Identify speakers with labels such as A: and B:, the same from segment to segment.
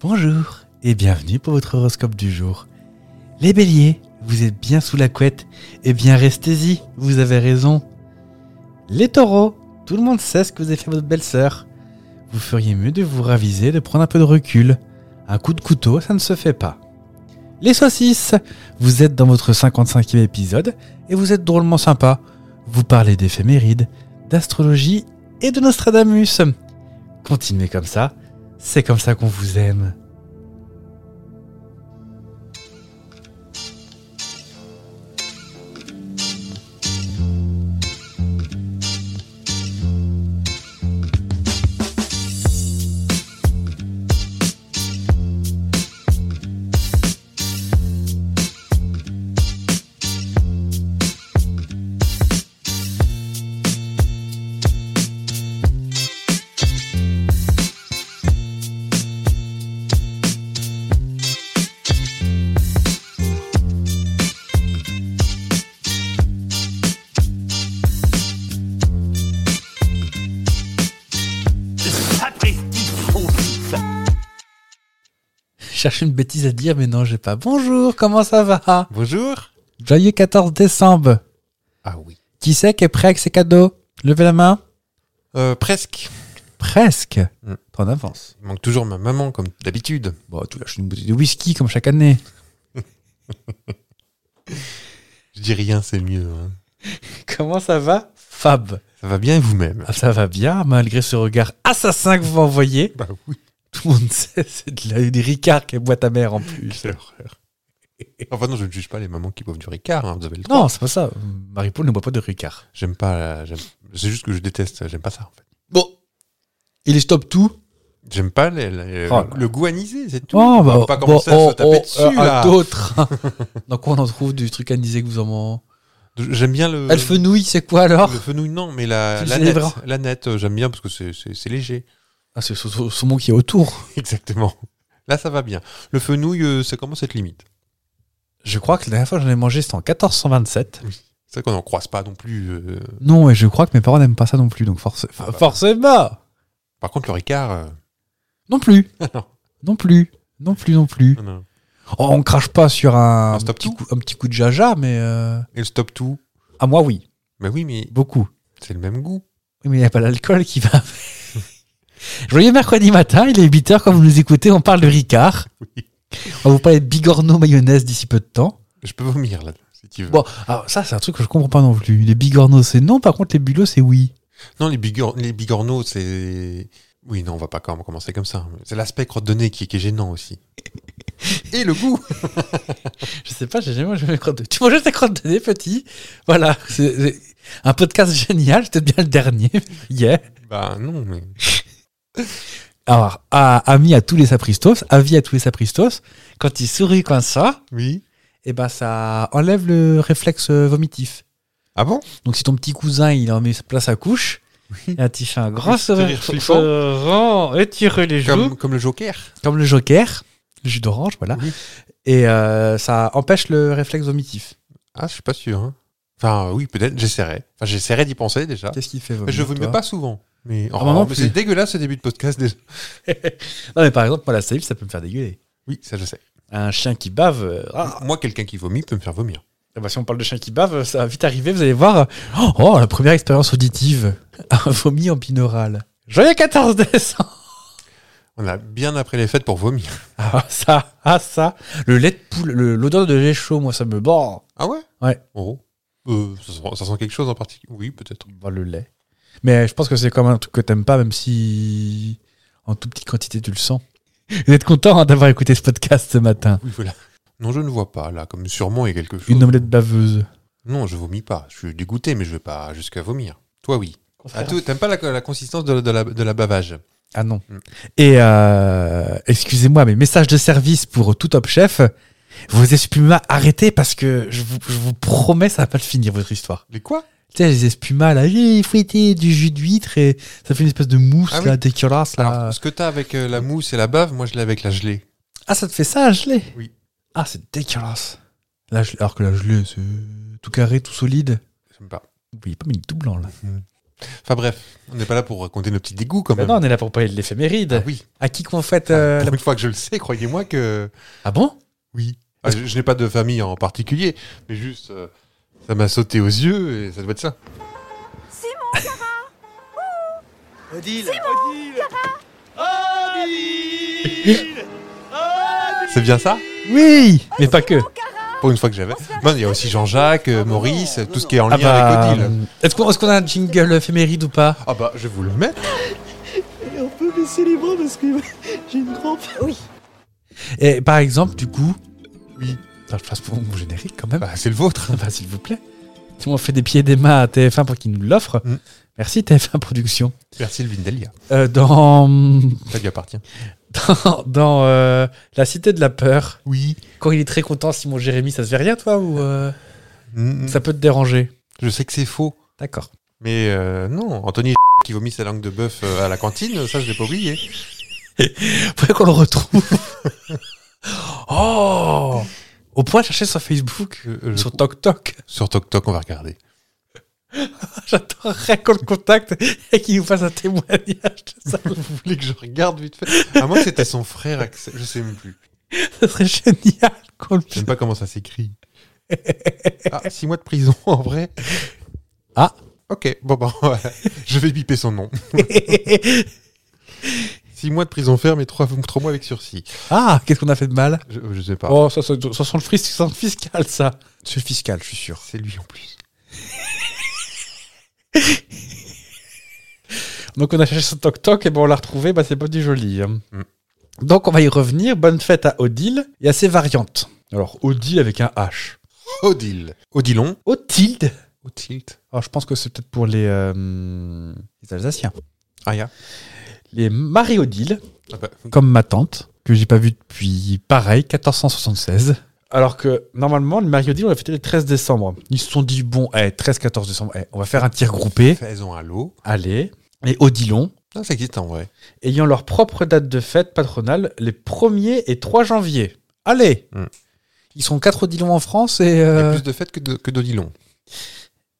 A: Bonjour et bienvenue pour votre horoscope du jour. Les béliers, vous êtes bien sous la couette, et bien restez-y, vous avez raison. Les taureaux, tout le monde sait ce que vous avez fait à votre belle-sœur. Vous feriez mieux de vous raviser, de prendre un peu de recul. Un coup de couteau, ça ne se fait pas. Les saucisses, vous êtes dans votre 55e épisode et vous êtes drôlement sympa. Vous parlez d'éphémérides, d'astrologie et de Nostradamus. Continuez comme ça, c'est comme ça qu'on vous aime. Je cherche une bêtise à dire, mais non, j'ai pas. Bonjour, comment ça va
B: Bonjour.
A: Joyeux 14 décembre.
B: Ah oui.
A: Qui c'est qui est prêt avec ses cadeaux Levez la main.
B: Euh, presque.
A: Presque.
B: Mm.
A: T'en avances.
B: Il manque toujours ma maman, comme d'habitude.
A: Bon, tu lâches une bouteille de whisky comme chaque année.
B: Je dis rien, c'est mieux. hein.
A: Comment ça va Fab.
B: Ça va bien et vous-même
A: Ah, ça va bien, malgré ce regard assassin que vous m'envoyez.
B: Bah oui,
A: Tout le monde sait, c'est de la, des Ricard qui boit ta mère en plus.
B: quelle horreur. Enfin non, je ne juge pas les mamans qui boivent du Ricard, hein, vous avez le droit.
A: Non, c'est pas ça. Marie-Paul ne boit pas de Ricard.
B: J'aime pas, la- j'aime- c'est juste que je déteste, j'aime pas ça en fait.
A: Bon. Il les stoppe tout.
B: J'aime pas les- les-
A: Oh là.
B: le goût anisé, c'est tout.
A: Oh,
B: On va
A: bah,
B: pas
A: bon,
B: commencer à
A: oh,
B: se taper
A: oh,
B: dessus
A: euh,
B: là.
A: à d'autres. Donc on en trouve du truc anisé que vous en
B: J'aime bien le...
A: Elle Ah. fenouille, c'est quoi alors
B: Euh. le fenouil, non, mais la,
A: Tu
B: la
A: sais,
B: nette,
A: vraiment.
B: la nette, euh, j'aime bien parce que c'est- c'est c'est léger.
A: ah, C'est ce ce- ce saumon qui est autour.
B: Exactement. Là, ça va bien. Le fenouil, euh, ça commence à être limite.
A: Je crois que la dernière fois que j'en ai mangé, c'était en 1427.
B: C'est vrai qu'on n'en croise pas non plus. euh,
A: Non, et je crois que mes parents n'aiment pas ça non plus, donc force-
B: Ah bah.
A: forcément
B: Par contre, le Ricard, euh,
A: Non plus
B: non.
A: Non plus Non plus, non plus.
B: non, non.
A: Oh, on crache pas sur un,
B: Un stop
A: petit,
B: tout
A: coup, un petit coup de jaja, mais euh,
B: Et le stop tout.
A: à moi, oui.
B: Mais oui, mais
A: Beaucoup.
B: c'est le même goût.
A: Oui, mais il n'y a pas l'alcool qui va. Joyeux mercredi matin, il est 8h quand vous nous écoutez, on parle de Ricard.
B: Oui.
A: On va vous parler de bigorneau mayonnaise d'ici peu de temps.
B: Je peux vomir là, si tu veux.
A: Bon, alors ça c'est un truc que je comprends pas non plus. Les bigorneaux c'est non, par contre les bulots c'est oui.
B: Non, les, bigor- les bigorneaux, c'est. Oui, non, on va pas quand même commencer comme ça. C'est l'aspect crotte de nez qui, qui est gênant aussi. Et le goût
A: Je sais pas, j'ai jamais mangé mes crottes de nez. Tu mangeais tes crottes de nez petit Voilà, c'est c'est un podcast génial, c'était bien le dernier. Yeah.
B: Bah non, mais.
A: Alors, à, ami à tous les sapristos, avis à tous les sapristos, quand ils sourient comme ça,
B: Oui.
A: eh ben ça enlève le réflexe euh, vomitif.
B: Ah bon
A: Donc si ton petit cousin il en met sa place à couche, là, tu fais un grand sourire
B: Sourire flippant.
A: fort, étirer les
B: comme, comme le Joker
A: comme le Joker, le jus d'orange, voilà.
B: Oui.
A: Et euh, ça empêche le réflexe vomitif.
B: Ah, je suis pas sûr. hein. Enfin, oui, peut-être, j'essaierai. Enfin, j'essaierai d'y penser déjà.
A: Qu'est-ce qui fait
B: Mais
A: vomir
B: je vomis
A: toi
B: pas souvent. Mais, oh,
A: Ah, bah, non
B: mais
A: plus.
B: c'est dégueulasse ce début de podcast déjà.
A: Non mais par exemple, moi la salive, ça peut me faire dégueuler.
B: Oui, ça je sais.
A: Un chien qui bave. euh, ah.
B: Moi, quelqu'un qui vomit peut me faire vomir.
A: Ah bah, si on parle de chien qui bave, ça va vite arriver. Vous allez voir. Oh, oh, la première expérience auditive. Un vomi en binaural. Joyeux 14 décembre.
B: On a bien après les fêtes pour vomir.
A: Ah ça, ah ça. Le lait de poule, le- l'odeur de lait chaud, moi ça me bord.
B: Ah ouais
A: Ouais.
B: Oh. Euh, ça, sent, ça sent quelque chose en particulier Oui, peut-être.
A: Bah, le lait. Mais je pense que c'est comme un truc que t'aimes pas, même si en toute petite quantité tu le sens. Vous êtes content hein, d'avoir écouté ce podcast ce matin.
B: Oui, voilà. Non, je ne vois pas, là, comme sûrement il y a quelque chose.
A: Une omelette baveuse.
B: Non, je vomis pas. Je suis dégoûté, mais je vais pas jusqu'à vomir. Toi, oui. Ah, toi, t'aimes pas la, la consistance de, de la, de la bavage
A: Ah non.
B: Mm.
A: Et euh, excusez-moi, mais message de service pour tout top chef. Vos espumas, arrêtez parce que je vous, je vous promets, ça va pas le finir votre histoire.
B: Les quoi
A: Tu sais, les espumas là, j'ai fouetté du jus d'huître et ça fait une espèce de mousse
B: Ah oui.
A: là, dégueulasse là.
B: Alors, ce que t'as avec euh, la mousse et la bave, moi, je l'ai avec la gelée.
A: Ah, ça te fait ça, un gelé
B: Oui.
A: Ah, c'est dégueulasse. La gelée- alors que la gelée, c'est tout carré, tout solide.
B: J'aime pas.
A: Oui, pas mis tout blanc là.
B: Mhm. Enfin bref, on n'est pas là pour raconter nos petits dégoûts quand
A: Ben
B: même.
A: non, on est là pour parler de l'éphéméride.
B: Ah oui, Ah,
A: À qui qu'on fête euh,
B: pour
A: la-
B: une fois que je le sais, croyez-moi que
A: Ah bon
B: oui. Ah, je je n'ai pas de famille en particulier, mais juste, euh, ça m'a sauté aux yeux et ça doit être ça.
C: Odile Odile Odile
B: C'est bien ça
A: Oui Mais pas que.
B: Pour une fois que j'avais. Non, il y a aussi Jean-Jacques, euh, Maurice, tout ce qui est en
A: Ah
B: lien
A: bah,
B: avec Odile.
A: Est-ce qu'on est-ce qu'on a un jingle éphéméride ou pas
B: Ah bah, je vais vous le mettre.
C: Et on peut baisser les bras parce que j'ai une crampe. Oui.
A: Et par exemple, du coup.
B: Oui.
A: Attends, je passe pour mon générique quand même.
B: Bah, c'est le vôtre.
A: Ah bah, S'il vous plaît. Si on fait des pieds et des mains à TF1 pour qu'ils nous l'offrent.
B: Mm.
A: Merci TF1 Productions.
B: Merci, Sylvie Delia.
A: Euh, dans
B: Ça lui appartient.
A: dans, dans, euh, La Cité de la Peur,
B: Oui.
A: quand il est très content, Simon Jérémy, ça se fait rien, toi Ou euh,
B: Mm, mm.
A: ça peut te déranger
B: Je sais que c'est faux,
A: D'accord.
B: mais euh, non. Anthony qui vomit sa langue de bœuf euh, à la cantine, ça, je l'ai pas oublié.
A: Faudrait qu'on le retrouve. oh On pourrait chercher sur Facebook,
B: Euh, euh, je-
A: sur TokTok.
B: Sur TokTok, on va regarder.
A: J'adorerais qu'on le contacte et qu'il nous fasse un témoignage de ça.
B: Vous voulez que je regarde vite fait À moins que c'était son frère, Axel, je sais même plus.
A: Ça serait génial qu'on le
B: Je sais même pas comment ça s'écrit. Ah, six mois de prison, en vrai.
A: Ah.
B: Ok, bon, bon, ouais. je vais biper son nom. Six mois de prison ferme et trois, trois mois avec sursis.
A: Ah, qu'est-ce qu'on a fait de mal
B: Je, je sais pas.
A: Oh, ça, ça, ça sent le fris- ça sent le fiscal, ça. C'est le fiscal, je suis sûr.
B: C'est lui en plus.
A: Donc on a cherché sur TokTok et ben on l'a retrouvé, bah c'est pas du joli. hein.
B: Mm.
A: Donc on va y revenir. Bonne fête à Odile et à ses variantes. Alors Odile avec un H.
B: Odile. Odilon.
A: Otilde.
B: Otilt.
A: Alors je pense que c'est peut-être pour les, euh, les Alsaciens.
B: Ah, ya.
A: Les Marie-Odile,
B: Ah bah,
A: comme ma tante, que j'ai pas vue depuis, pareil, 1476. Alors que normalement, les Marie-Odile, on l'a fêté le 13 décembre. Ils se sont dit, bon, 13-14 décembre, eh, on va faire un tir groupé.
B: faisons un lot.
A: Allez. Et Odilon,
B: Non, ça existe en vrai.
A: ayant leur propre date de fête patronale les 1er et 3 janvier. Allez
B: Hmm.
A: Ils sont 4 Odilons en France et...
B: Il y a
A: euh,
B: plus de fêtes que de- que d'Odilon.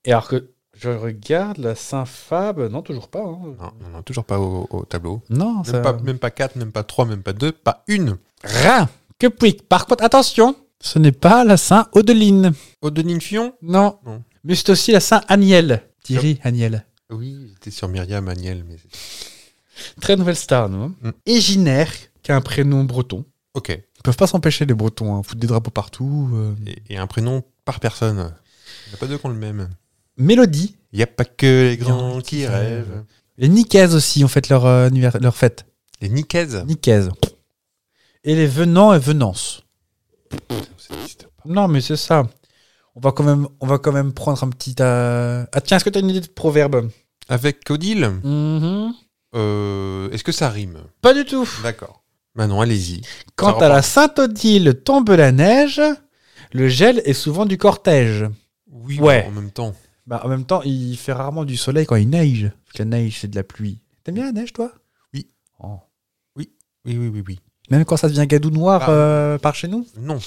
A: Et alors que je regarde la Saint-Fab, non, toujours pas. hein.
B: Non, non, non, toujours pas au, au tableau.
A: Non,
B: Même
A: ça...
B: pas, même pas quatre, même pas trois, même pas deux, pas une.
A: Rien que Pouic. Par contre, attention, ce n'est pas la Saint-Odeline.
B: Odeline Fion
A: Non.
B: Non.
A: Mais c'est aussi la Saint-Aniel. Thierry Aniel.
B: Oui, j'étais sur Myriam Agnel, mais.
A: Très nouvelle star, nous. hein.
B: Hmm.
A: Éginaire, qui a un prénom breton.
B: Ok. Et,
A: Ils peuvent pas s'empêcher, les bretons. Hein. Foutre des drapeaux partout. euh.
B: et un prénom par personne. Il n'y a pas deux qui ont le même.
A: Mélodie.
B: Il n'y a pas que les grands qui rêvent.
A: Les Nikkaises aussi ont fait leur, euh, annivers- leur fête.
B: Les Nikkaises.
A: Nicaise. Et les venants et venances.
B: Ça n'existe pas.
A: Non, mais c'est ça. On va quand même, on va quand même prendre un petit. euh, Ah tiens, est-ce que t'as une idée de proverbe
B: Avec Odile, euh, est-ce que ça rime
A: Pas du tout.
B: D'accord. Maintenant, allez-y.
A: Quant à la Sainte Odile, tombe la neige. Le gel est souvent du cortège.
B: Oui,
A: Ouais.
B: en même temps.
A: Bah, en même temps, il fait rarement du soleil quand il neige. Parce que la neige, c'est de la pluie. T'aimes bien la neige, toi
B: Oui.
A: Oh.
B: Oui, oui, oui, oui.
A: Même quand ça devient gadou noir
B: Ah.
A: euh, par chez nous
B: Non.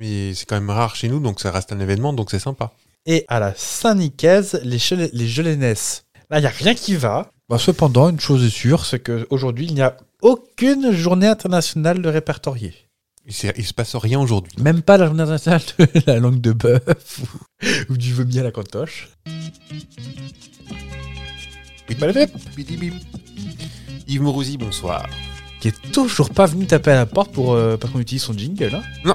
B: Mais c'est quand même rare chez nous, donc ça reste un événement, donc c'est sympa.
A: et à la Saint-Nicaise, les, chel- les Gelénesses. Là, il n'y a rien qui va. Bah, cependant, une chose est sûre, c'est qu'aujourd'hui, il n'y a aucune journée internationale de répertoriée.
B: Il s'est- il se passe rien aujourd'hui.
A: Même pas la journée internationale de la langue de bœuf ou, ou du vomi à la cantoche.
B: Yves Mourouzi, bonsoir.
A: Qui est toujours pas venu taper à la porte pour, euh, parce qu'on utilise son jingle. hein.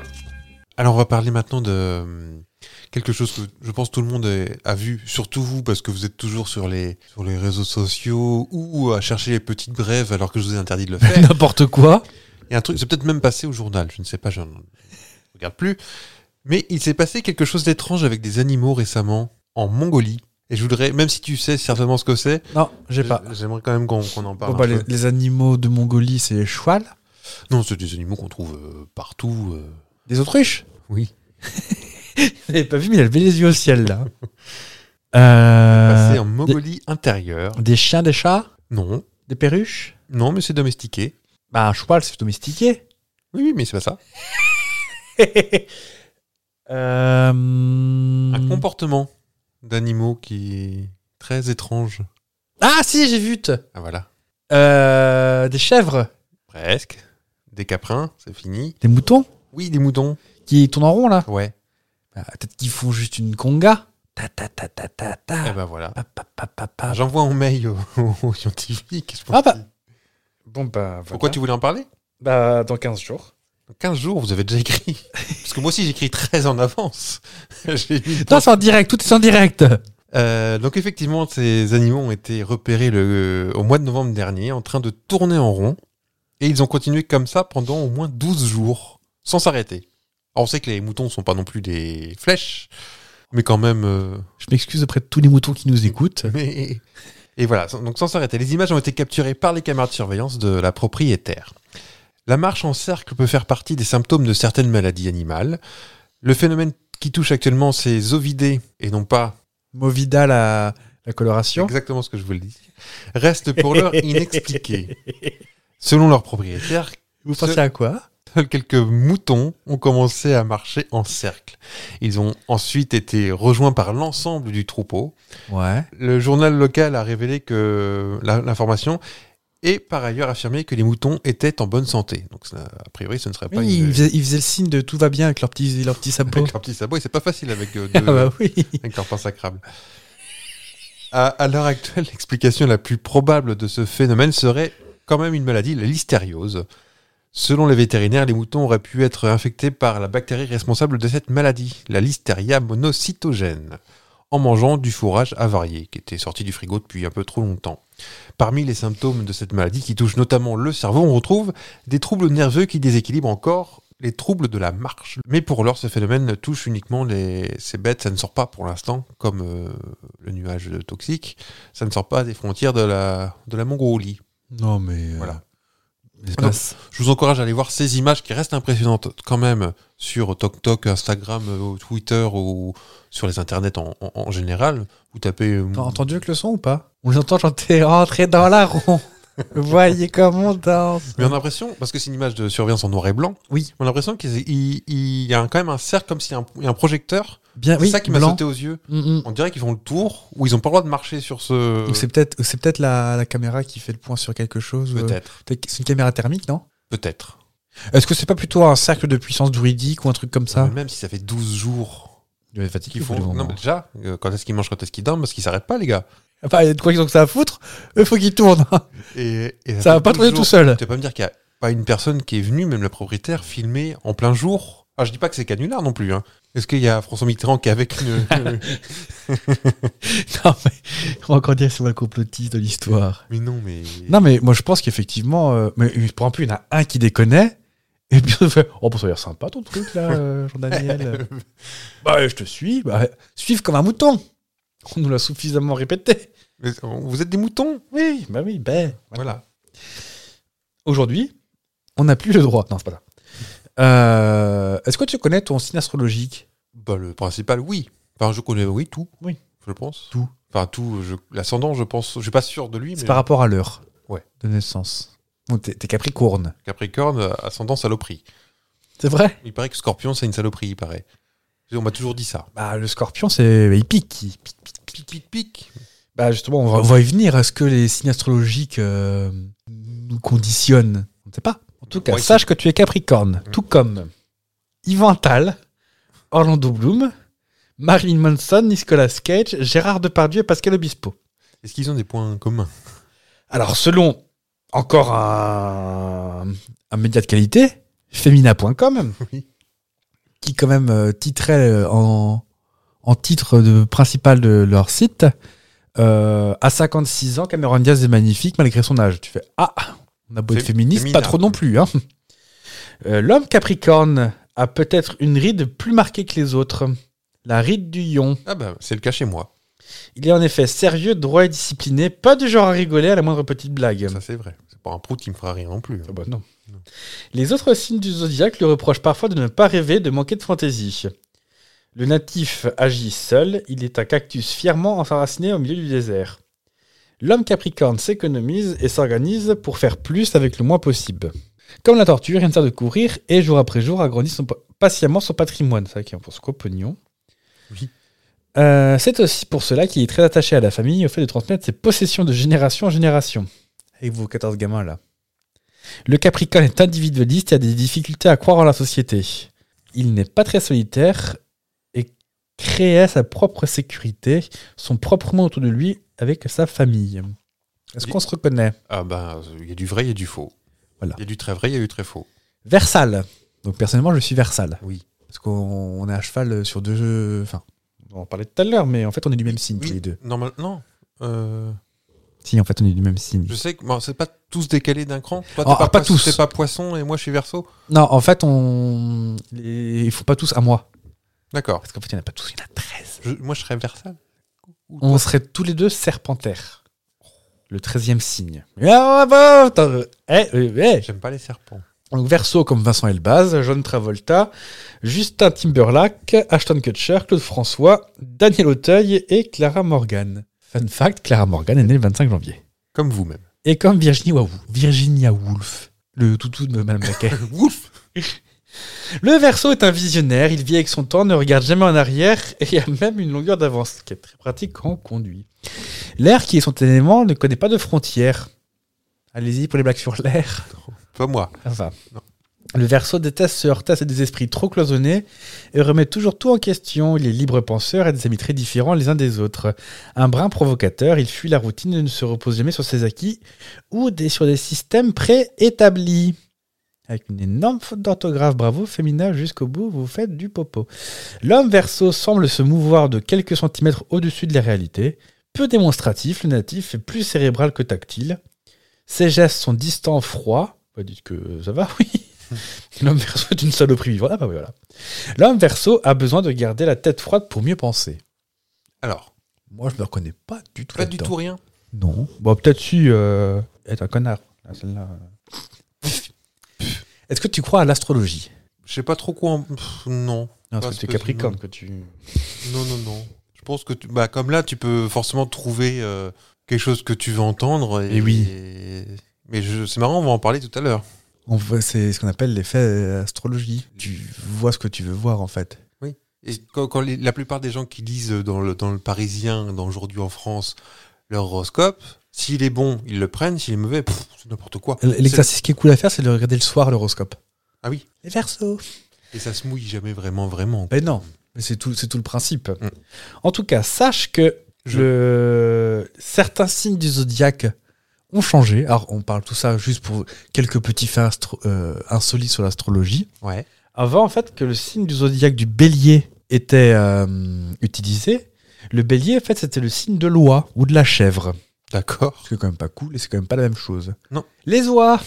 B: Alors, on va parler maintenant de euh, quelque chose que je pense tout le monde est- a vu, surtout vous, parce que vous êtes toujours sur les, sur les réseaux sociaux ou à chercher les petites brèves alors que je vous ai interdit de le faire.
A: N'importe quoi.
B: Il y a un truc, c'est peut-être même passé au journal, je ne sais pas, je ne regarde plus. Mais il s'est passé quelque chose d'étrange avec des animaux récemment en Mongolie. Et je voudrais, même si tu sais certainement ce que c'est,
A: Non, j'ai pas.
B: j'aimerais quand même qu'on qu'on en parle.
A: Bon,
B: un
A: bah,
B: peu.
A: les, les animaux de Mongolie, c'est les chouals.
B: Non, c'est des animaux qu'on trouve euh, partout. euh,
A: Des autruches
B: Oui.
A: Vous n'avez pas vu, mais il a levé les yeux au ciel, là. Euh,
B: passé en Mongolie intérieure.
A: Des chiens, des chats
B: Non,
A: Des perruches
B: non, mais c'est domestiqué.
A: Bah, un cheval, c'est domestiqué.
B: Oui, oui, mais c'est pas ça.
A: Euh, Hmm.
B: Un comportement d'animaux qui est très étrange.
A: Ah si, j'ai vu. te.
B: Ah voilà.
A: Euh, des chèvres,
B: Presque. Des caprins, c'est fini.
A: des moutons
B: Oui, des moutons.
A: qui tournent en rond là.
B: Ouais.
A: Ah, Peut-être qu'ils font juste une conga. Ta ta ta ta ta ta.
B: Eh ben voilà.
A: Pa, pa, pa, pa, pa.
B: J'envoie un mail aux, aux scientifiques. Je pense
A: Ah bah.
B: qu'ils-
A: Bon bah. voilà.
B: Pourquoi tu voulais en parler
A: Bah dans 15 jours.
B: Dans 15 jours, vous avez déjà écrit. Parce que moi aussi, j'écris très en avance. J'ai mis-
A: Non, c'est en direct, tout est en direct.
B: Euh, donc effectivement, ces animaux ont été repérés le, euh, au mois de novembre dernier en train de tourner en rond. Et ils ont continué comme ça pendant au moins 12 jours, sans s'arrêter. Alors on sait que les moutons ne sont pas non plus des flèches, mais quand même... euh,
A: Je m'excuse auprès de tous les moutons qui nous écoutent.
B: mais- Et voilà, sans- donc sans s'arrêter. Les images ont été capturées par les caméras de surveillance de la propriétaire. La marche en cercle peut faire partie des symptômes de certaines maladies animales. Le phénomène qui touche actuellement ces ovidés, et non pas
A: Movida la, la coloration.
B: Exactement ce que je vous le dis. Reste pour l'heure inexpliqué. Selon leur propriétaire,
A: Vous
B: Ce-
A: pensez à quoi
B: seuls quelques moutons ont commencé à marcher en cercle. Ils ont ensuite été rejoints par l'ensemble du troupeau.
A: Ouais.
B: Le journal local a révélé que la- l'information et par ailleurs affirmé que les moutons étaient en bonne santé. Donc ça, a priori, ce ne serait pas
A: Oui,
B: une...
A: ils, faisaient, ils faisaient le signe de tout va bien avec leurs petits, leurs petits sabots.
B: Avec leur petit sabot, et c'est pas facile avec euh,
A: Ah
B: deux-
A: bah oui.
B: Avec leur sacrable. À, à l'heure actuelle, l'explication la plus probable de ce phénomène serait quand même une maladie, la listériose. Selon les vétérinaires, les moutons auraient pu être infectés par la bactérie responsable de cette maladie, la listeria monocytogène, en mangeant du fourrage avarié qui était sorti du frigo depuis un peu trop longtemps. Parmi les symptômes de cette maladie qui touche notamment le cerveau, on retrouve des troubles nerveux qui déséquilibrent encore les troubles de la marche. Mais pour l'heure, ce phénomène touche uniquement les... ces bêtes. Ça ne sort pas pour l'instant, comme euh, le nuage toxique. Ça ne sort pas des frontières de la, de la Mongolie.
A: Non mais. euh,
B: Voilà.
A: L'espace.
B: Je vous encourage à aller voir ces images qui restent impressionnantes quand même sur TokTok, Instagram, euh, Twitter ou sur les internets en, en- en général. Vous tapez. euh,
A: T'as entendu avec le son ou pas On les entend chanter Rentrez dans la ronde. Voyez comme on danse.
B: Mais on a l'impression, parce que c'est une image de surveillance en noir et blanc,
A: Oui.
B: on a l'impression qu'il il- il y a un- quand même un cercle comme s'il y a un, il y a un projecteur.
A: Bien,
B: c'est
A: Ah oui.
B: ça qui m'a
A: blanc.
B: sauté aux yeux.
A: Mm, mm.
B: On dirait qu'ils font le tour ou ils ont pas le droit de marcher sur ce.
A: Ou c'est peut-être ou c'est peut-être la, la caméra qui fait le point sur quelque chose. euh,
B: Peut-être,
A: peut-être que c'est une caméra thermique, non
B: peut-être.
A: Est-ce que c'est pas plutôt un cercle de puissance druidique ou un truc comme
B: Mais
A: ça
B: Même si ça fait 12 jours
A: Il doit être fatigué,
B: qu'ils
A: au bout
B: font.
A: d'un
B: Non,
A: moment.
B: mais déjà, euh, quand est-ce qu'ils mangent, quand est-ce qu'ils dorment, parce qu'ils s'arrêtent pas, les gars.
A: Enfin, il y a de quoi qu'ils ont que ça à foutre, eux, faut qu'ils tournent. hein.
B: Et, et
A: Ça
B: fait
A: va pas
B: 12
A: tourner
B: jours.
A: tout seul.
B: Tu vas pas me dire qu'il y a pas une personne qui est venue, même la propriétaire, filmer en plein jour. Ah, je dis pas que c'est canular non plus. hein. Est-ce qu'il y a François Mitterrand qui est avec une.
A: Non, mais on va encore dire que c'est moi le complotiste de l'histoire.
B: mais non, mais.
A: Non, mais moi, je pense qu'effectivement, euh, mais mais pour un peu, il y en a un qui déconnait. Et puis on fait Oh, bah, ça a l'air sympa ton truc là, euh, Jean-Daniel. bah, je te suis. Bah, suive comme un mouton. On nous l'a suffisamment répété.
B: Mais euh, vous êtes des moutons
A: Oui, bah oui, ben.
B: Voilà.
A: Aujourd'hui, on n'a plus le droit. Non, c'est pas ça. Euh, Est-ce que tu connais ton signe astrologique
B: Bah, le principal, oui. Enfin, je connais, oui, tout.
A: Oui.
B: Je pense.
A: Tout.
B: Enfin, tout. je- L'ascendant, je pense. Je suis pas sûr de lui, mais.
A: C'est par rapport à l'heure
B: Ouais.
A: de naissance. Bon, T'es t'es Capricorne.
B: Capricorne, euh, ascendant saloperie.
A: C'est vrai
B: Il paraît que Scorpion, c'est une saloperie, il paraît. On m'a toujours dit ça.
A: Bah, le scorpion, c'est. Il pique. il pique.
B: Pic, pic, pic.
A: Bah, justement, on va, on va y venir. Est-ce que les signes astrologiques euh, nous conditionnent On ne sait pas. En tout cas,
B: Ouais,
A: sache que tu es Capricorne,
B: Mhm.
A: tout comme Yvan Attal, Orlando Bloom, Marilyn Manson, Nicolas Cage, Gérard Depardieu et Pascal Obispo.
B: Est-ce qu'ils ont des points communs
A: Alors, selon encore un, un média de qualité, Femina.com,
B: Oui.
A: qui quand même euh, titrait euh, en, en titre de, principal de leur site, euh, à 56 ans, Cameron Diaz est magnifique malgré son âge. Tu fais Ah, on a beau être
B: Fé-
A: féministe,
B: Femina.
A: pas trop non plus. hein. Euh, L'homme Capricorne a peut-être une ride plus marquée que les autres, la ride du lion.
B: Ah, bah, c'est le cas chez moi.
A: Il est en effet sérieux, droit et discipliné, pas du genre à rigoler à la moindre petite blague.
B: Ça, c'est vrai. C'est pas un prout qui me fera rien non plus.
A: Ah bah non.
B: Non.
A: Les autres signes du zodiaque lui reprochent parfois de ne pas rêver, de manquer de fantaisie. Le natif agit seul, il est un cactus fièrement enraciné au milieu du désert. L'homme capricorne s'économise et s'organise pour faire plus avec le moins possible. Comme la tortue, rien ne sert de courir et jour après jour agrandit son- patiemment son patrimoine. C'est vrai qu'il y a un pour ce qu'au pognon.
B: Oui.
A: Euh, c'est aussi pour cela qu'il est très attaché à la famille, au fait de transmettre ses possessions de génération en génération. Avec vos 14 gamins là. Le Capricorne est individualiste et a des difficultés à croire en la société. Il n'est pas très solitaire et crée sa propre sécurité, son propre monde autour de lui, avec sa famille. Est-ce qu'on se reconnaît
B: Ah ben, il y a du vrai, il y a du faux.
A: Voilà.
B: Il y a du très vrai, il y a du très faux.
A: Versal. Donc personnellement, je suis Versal.
B: Oui.
A: Parce qu'on on est à cheval sur deux jeux. Enfin, on en parlait tout à l'heure, mais en fait, on est du même signe tous les deux.
B: Normal, non. Euh,
A: Si, en fait, on est du même signe.
B: je sais que bon, c'est pas tous décalés d'un cran. Toi, t'es
A: Ah, pas
B: poisson-
A: tous.
B: T'es pas poisson et moi, je suis verso.
A: Non, en fait, on. les- Il faut pas tous à moi.
B: D'accord.
A: Parce qu'en fait, il n'y en a pas tous, il y en a 13.
B: Je- Moi, je serais versal. Ou
A: On
B: toi
A: serait tous les deux serpentaires. Le 13e signe. Ah, bravo, t'as- eh, eh, eh.
B: J'aime pas les serpents.
A: Donc Verso comme Vincent Elbaz, John Travolta, Justin Timberlake, Ashton Kutcher, Claude François, Daniel Auteuil et Clara Morgan. Fun fact, Clara Morgan est née le 25 janvier.
B: Comme vous-même.
A: Et comme Virginie Wahou, Virginia Woolf, le toutou de Madame Laquet.
B: Ouf
A: le Verso est un visionnaire, il vit avec son temps, ne regarde jamais en arrière et a même une longueur d'avance, ce qui est très pratique quand on conduit. L'air qui est son élément ne connaît pas de frontières. Allez-y pour les blagues sur l'air.
B: Pas moi.
A: Enfin,
B: Non.
A: Le verso déteste se heurter à des esprits trop cloisonnés et remet toujours tout en question. Il est libre penseur et des amis très différents les uns des autres. Un brin provocateur, il fuit la routine et ne se repose jamais sur ses acquis ou des- sur des systèmes préétablis. Avec une énorme faute d'orthographe, bravo, féminin jusqu'au bout, vous faites du popo. L'homme verso semble se mouvoir de quelques centimètres au-dessus de la réalité. Peu démonstratif, le natif est plus cérébral que tactile. Ses gestes sont distants, froids. Bah, dites que ça va, oui. L'homme verso est une saloperie. Voilà, bah oui, voilà. L'homme verso a besoin de garder la tête froide pour mieux penser.
B: Alors,
A: Moi, je ne me reconnais pas du tout.
B: pas du
A: là-dedans.
B: tout rien.
A: Non. Bon, peut-être si. Euh... Être un connard. Ah, celle-là. Est-ce que tu crois à l'astrologie
B: Je sais pas trop quoi. en- Pff, non.
A: Non,
B: Ah,
A: parce que tu es
B: c'est
A: Capricorne que tu.
B: Non, non, non. Je pense que, tu- bah, comme là, tu peux forcément trouver euh, quelque chose que tu veux entendre. Et,
A: Eh oui.
B: et- Mais je- c'est marrant, on va en parler tout à l'heure.
A: On voit, c'est ce qu'on appelle l'effet euh, astrologie. Tu vois ce que tu veux voir en fait.
B: Et quand, quand les- la plupart des gens qui lisent dans le, dans le Parisien, dans Aujourd'hui en France, leur horoscope, s'il est bon, ils le prennent, s'il est mauvais, pff, c'est n'importe quoi.
A: L'exercice qui est cool à faire, c'est de regarder le soir l'horoscope.
B: Ah oui.
A: Les versos.
B: Et ça se mouille jamais vraiment, vraiment.
A: Ben non, mais c'est tout, c'est tout le principe. En tout cas, sache que le- certains signes du zodiaque ont changé. Alors, on parle tout ça juste pour quelques petits faits astro- euh, insolites sur l'astrologie.
B: Ouais.
A: Avant, en fait, que le signe du zodiaque du bélier était euh, utilisé, le bélier, en fait, c'était le signe de l'oie ou de la chèvre.
B: D'accord.
A: Ce qui est quand même pas cool et c'est quand même pas la même chose.
B: Non.
A: Les oies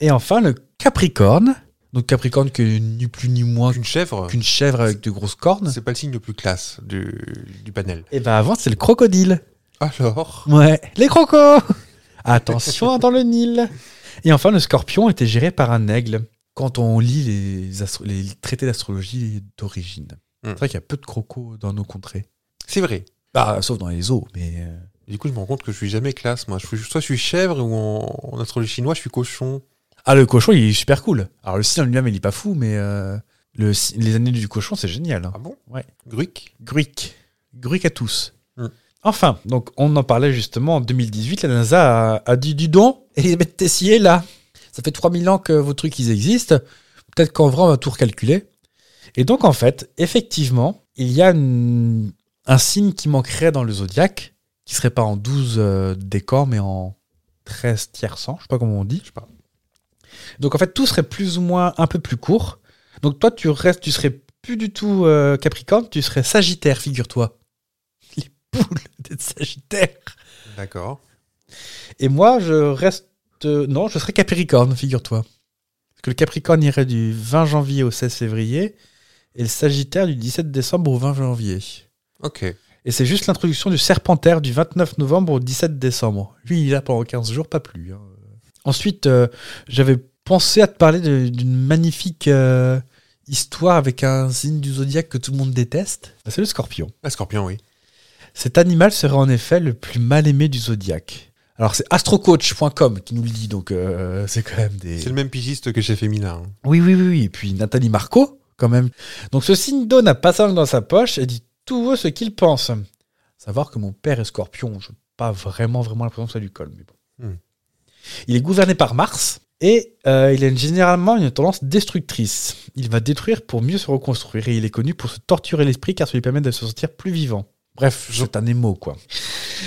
A: Et enfin, le Capricorne. Donc Capricorne qui est ni plus ni moins
B: Une chèvre,
A: qu'une chèvre avec de grosses cornes.
B: c'est pas le signe le plus classe du, du panel.
A: Et ben avant, c'est le crocodile.
B: Alors
A: Ouais. Les crocos Attention hein, dans le Nil Et enfin, le scorpion était géré par un aigle. Quand on lit les, astro- les traités d'astrologie d'origine,
B: Hmm.
A: c'est vrai qu'il y a peu de crocos dans nos contrées.
B: C'est vrai.
A: Bah, sauf dans les eaux, mais. euh,
B: Du coup, je me rends compte que je suis jamais classe, moi. Je suis, soit je suis chèvre ou en, en astrologie chinoise, je suis cochon.
A: Ah, le cochon, il est super cool. Alors, le signe en lui-même, il est pas fou, mais euh, le, si- les années du cochon, c'est génial. hein.
B: Ah bon
A: Ouais.
B: Gruic
A: Gruic. Gruic à tous.
B: Mm.
A: Enfin, donc, on en parlait justement en 2018. La NASA a, a dit du don. Elisabeth Tessier, est là, ça fait 3000 ans que vos trucs, ils existent. Peut-être qu'en vrai, on va tout recalculer. Et donc, en fait, effectivement, il y a une- un signe qui manquerait dans le zodiaque, qui serait pas en 12 euh, décors, mais en 13 tiercents, je sais pas comment on dit.
B: Je sais pas.
A: Donc en fait, tout serait plus ou moins un peu plus court. Donc toi, tu restes, tu serais plus du tout euh, Capricorne, tu serais Sagittaire, figure-toi. Les poules d'être Sagittaire.
B: D'accord.
A: Et moi, je reste. euh, non, je serais Capricorne, figure-toi. Parce que le Capricorne irait du 20 janvier au 16 février et le Sagittaire du 17 décembre au 20 janvier.
B: Ok.
A: Et c'est juste l'introduction du Serpentaire du 29 novembre au 17 décembre. Lui, il est là pendant 15 jours, pas plus. hein. Ensuite, euh, j'avais pensé à te parler de- d'une magnifique euh, histoire avec un signe du zodiaque que tout le monde déteste. Bah, C'est le scorpion.
B: Ah, scorpion, oui.
A: Cet animal serait en effet le plus mal aimé du zodiaque. Alors c'est astrocoach.com qui nous le dit, donc euh, c'est quand même des...
B: C'est le même pigiste que chez Femina. hein.
A: Oui, oui, oui, oui. Et puis Nathalie Marco, quand même. Donc ce signe d'eau n'a pas ça dans sa poche et dit tout haut ce qu'il pense. Savoir que mon père est scorpion, je n'ai pas vraiment, vraiment l'impression que ça lui colle. Mais bon.
B: Hmm.
A: Il est gouverné par Mars et euh, il a une- généralement une tendance destructrice. Il va détruire pour mieux se reconstruire et il est connu pour se torturer l'esprit car ça lui permet de se sentir plus vivant. Bref, c'est un émo, quoi.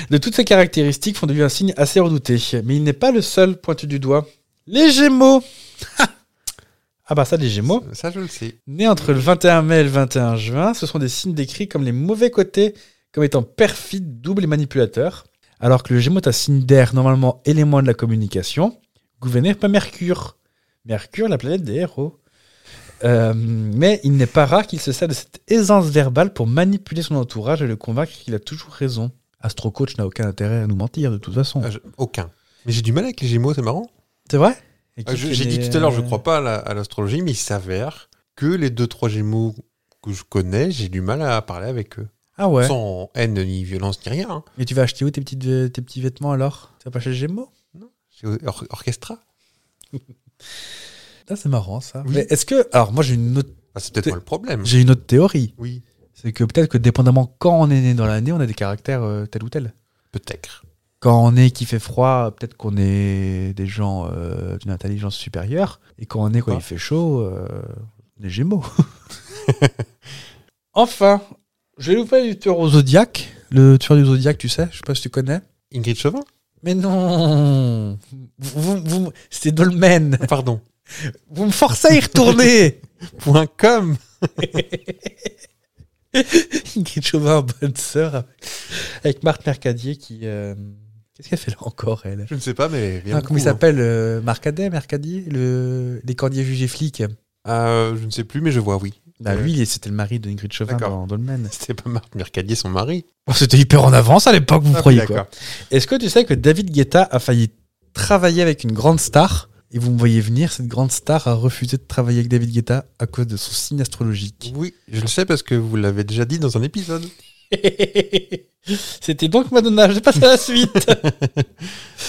A: De toutes ces caractéristiques font de lui un signe assez redouté. Mais il n'est pas le seul pointu du doigt. Les Gémeaux Ah bah ça, les Gémeaux
B: Ça, je le sais.
A: Nés entre le 21 mai et le 21 juin, ce sont des signes décrits comme les mauvais côtés, comme étant perfides, doubles et manipulateurs. Alors que le Gémeaux est un signe d'air, normalement élément de la communication, gouverné par Mercure. Mercure, la planète des héros. Euh, mais il n'est pas rare qu'il se sert de cette aisance verbale pour manipuler son entourage et le convaincre qu'il a toujours raison. Astrocoach n'a aucun intérêt à nous mentir de toute façon.
B: Ah, je- Aucun. Mais j'ai du mal avec les Gémeaux, c'est marrant.
A: C'est vrai Et
B: Ah,
A: qui
B: je-
A: connaît,
B: J'ai dit tout à l'heure, je
A: euh,
B: crois pas à la- à l'astrologie, mais il s'avère que les deux trois Gémeaux que je connais, j'ai du mal à parler avec eux.
A: Ah ouais.
B: Sans haine ni violence ni rien. hein.
A: Et tu vas acheter où tes, petites, tes petits vêtements alors Tu vas pas chez Gémeaux
B: Chez Or- Orchestra.
A: Ah, c'est marrant ça.
B: Oui.
A: Mais est-ce que. Alors, moi, j'ai une autre,
B: Ah, c'est peut-être
A: T'es-
B: moi le problème.
A: j'ai une autre théorie.
B: Oui,
A: C'est que peut-être que dépendamment quand on est né dans l'année, on a des caractères euh, tel ou tel.
B: peut-être.
A: Quand on est qui fait froid, peut-être qu'on est des gens euh, d'une intelligence supérieure. Et quand on est quand
B: Quoi
A: il fait chaud, euh, on est gémeaux. enfin, je vais vous parler du tueur au zodiaque. Le tueur du zodiaque, tu sais, je sais pas si tu connais.
B: Ingrid Chauvin
A: Mais non vous, vous, vous- C'était Dolmen
B: Pardon.
A: Vous me forcez à y retourner
B: Point com
A: Ingrid Chauvin, bonne sœur, avec Marthe Mercadier qui. euh, Qu'est-ce qu'elle fait là encore, elle
B: Je ne sais pas, mais bien
A: Ah,
B: beaucoup,
A: Comment il
B: hein.
A: s'appelle euh, Marcadet, Mercadier le... Les cordiers jugés flics.
B: Euh, Je ne sais plus, mais je vois, oui.
A: Bah,
B: Euh,
A: lui, c'était le mari de Ingrid Chauvin
B: D'accord.
A: dans Dolmen.
B: C'était pas Marthe Mercadier, son mari.
A: Oh, c'était hyper en avance à l'époque, vous
B: Ah,
A: croyez
B: d'accord.
A: quoi Est-ce que tu sais que David Guetta a failli travailler avec une grande star et vous me voyez venir, cette grande star a refusé de travailler avec David Guetta à cause de son signe astrologique.
B: Oui, je le sais parce que vous l'avez déjà dit dans un épisode.
A: C'était donc Madonna, je passe à la suite.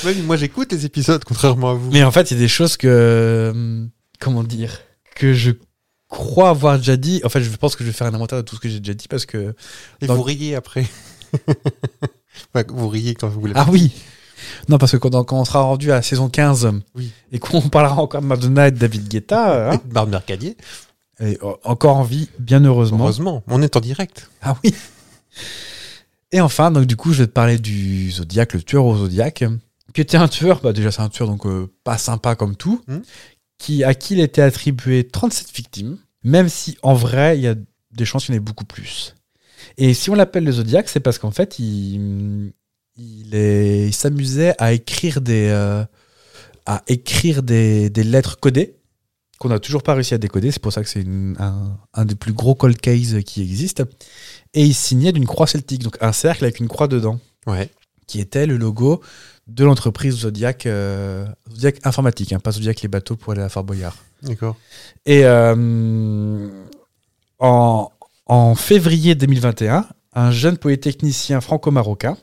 B: Même moi, j'écoute les épisodes, contrairement à vous.
A: Mmh. Mais en fait, il y a des choses que. euh, Comment dire Que je crois avoir déjà dit. En fait, je pense que je vais faire un inventaire de tout ce que j'ai déjà dit parce que.
B: Et
A: Dans-
B: vous riez après. Ouais, vous riez quand vous l'avez
A: Ah oui Non, parce que quand, quand on sera rendu à la saison 15
B: Oui.
A: et qu'on parlera encore de Madonna et de David Guetta, hein,
B: Marthe Mercadier.
A: et euh, encore en vie, bien heureusement.
B: Heureusement, on est en direct.
A: Ah oui Et enfin, donc du coup, je vais te parler du Zodiac, le tueur au Zodiac, qui était un tueur, bah déjà c'est un tueur, donc euh, pas sympa comme tout,
B: Mhm.
A: qui, à qui il était attribué 37 victimes, même si en vrai, il y a des chances qu'il y en ait beaucoup plus. Et si on l'appelle le Zodiac, c'est parce qu'en fait, il, il est- il s'amusait à écrire des... euh, à écrire des, des lettres codées qu'on n'a toujours pas réussi à décoder, c'est pour ça que c'est une- un, un des plus gros cold cases qui existe et il signait d'une croix celtique, donc un cercle avec une croix dedans,
B: Ouais.
A: qui était le logo de l'entreprise Zodiac, euh, Zodiac Informatique, hein, pas Zodiac les bateaux pour aller à Fort Boyard.
B: D'accord.
A: Et euh, en, en février 2021, un jeune polytechnicien franco-marocain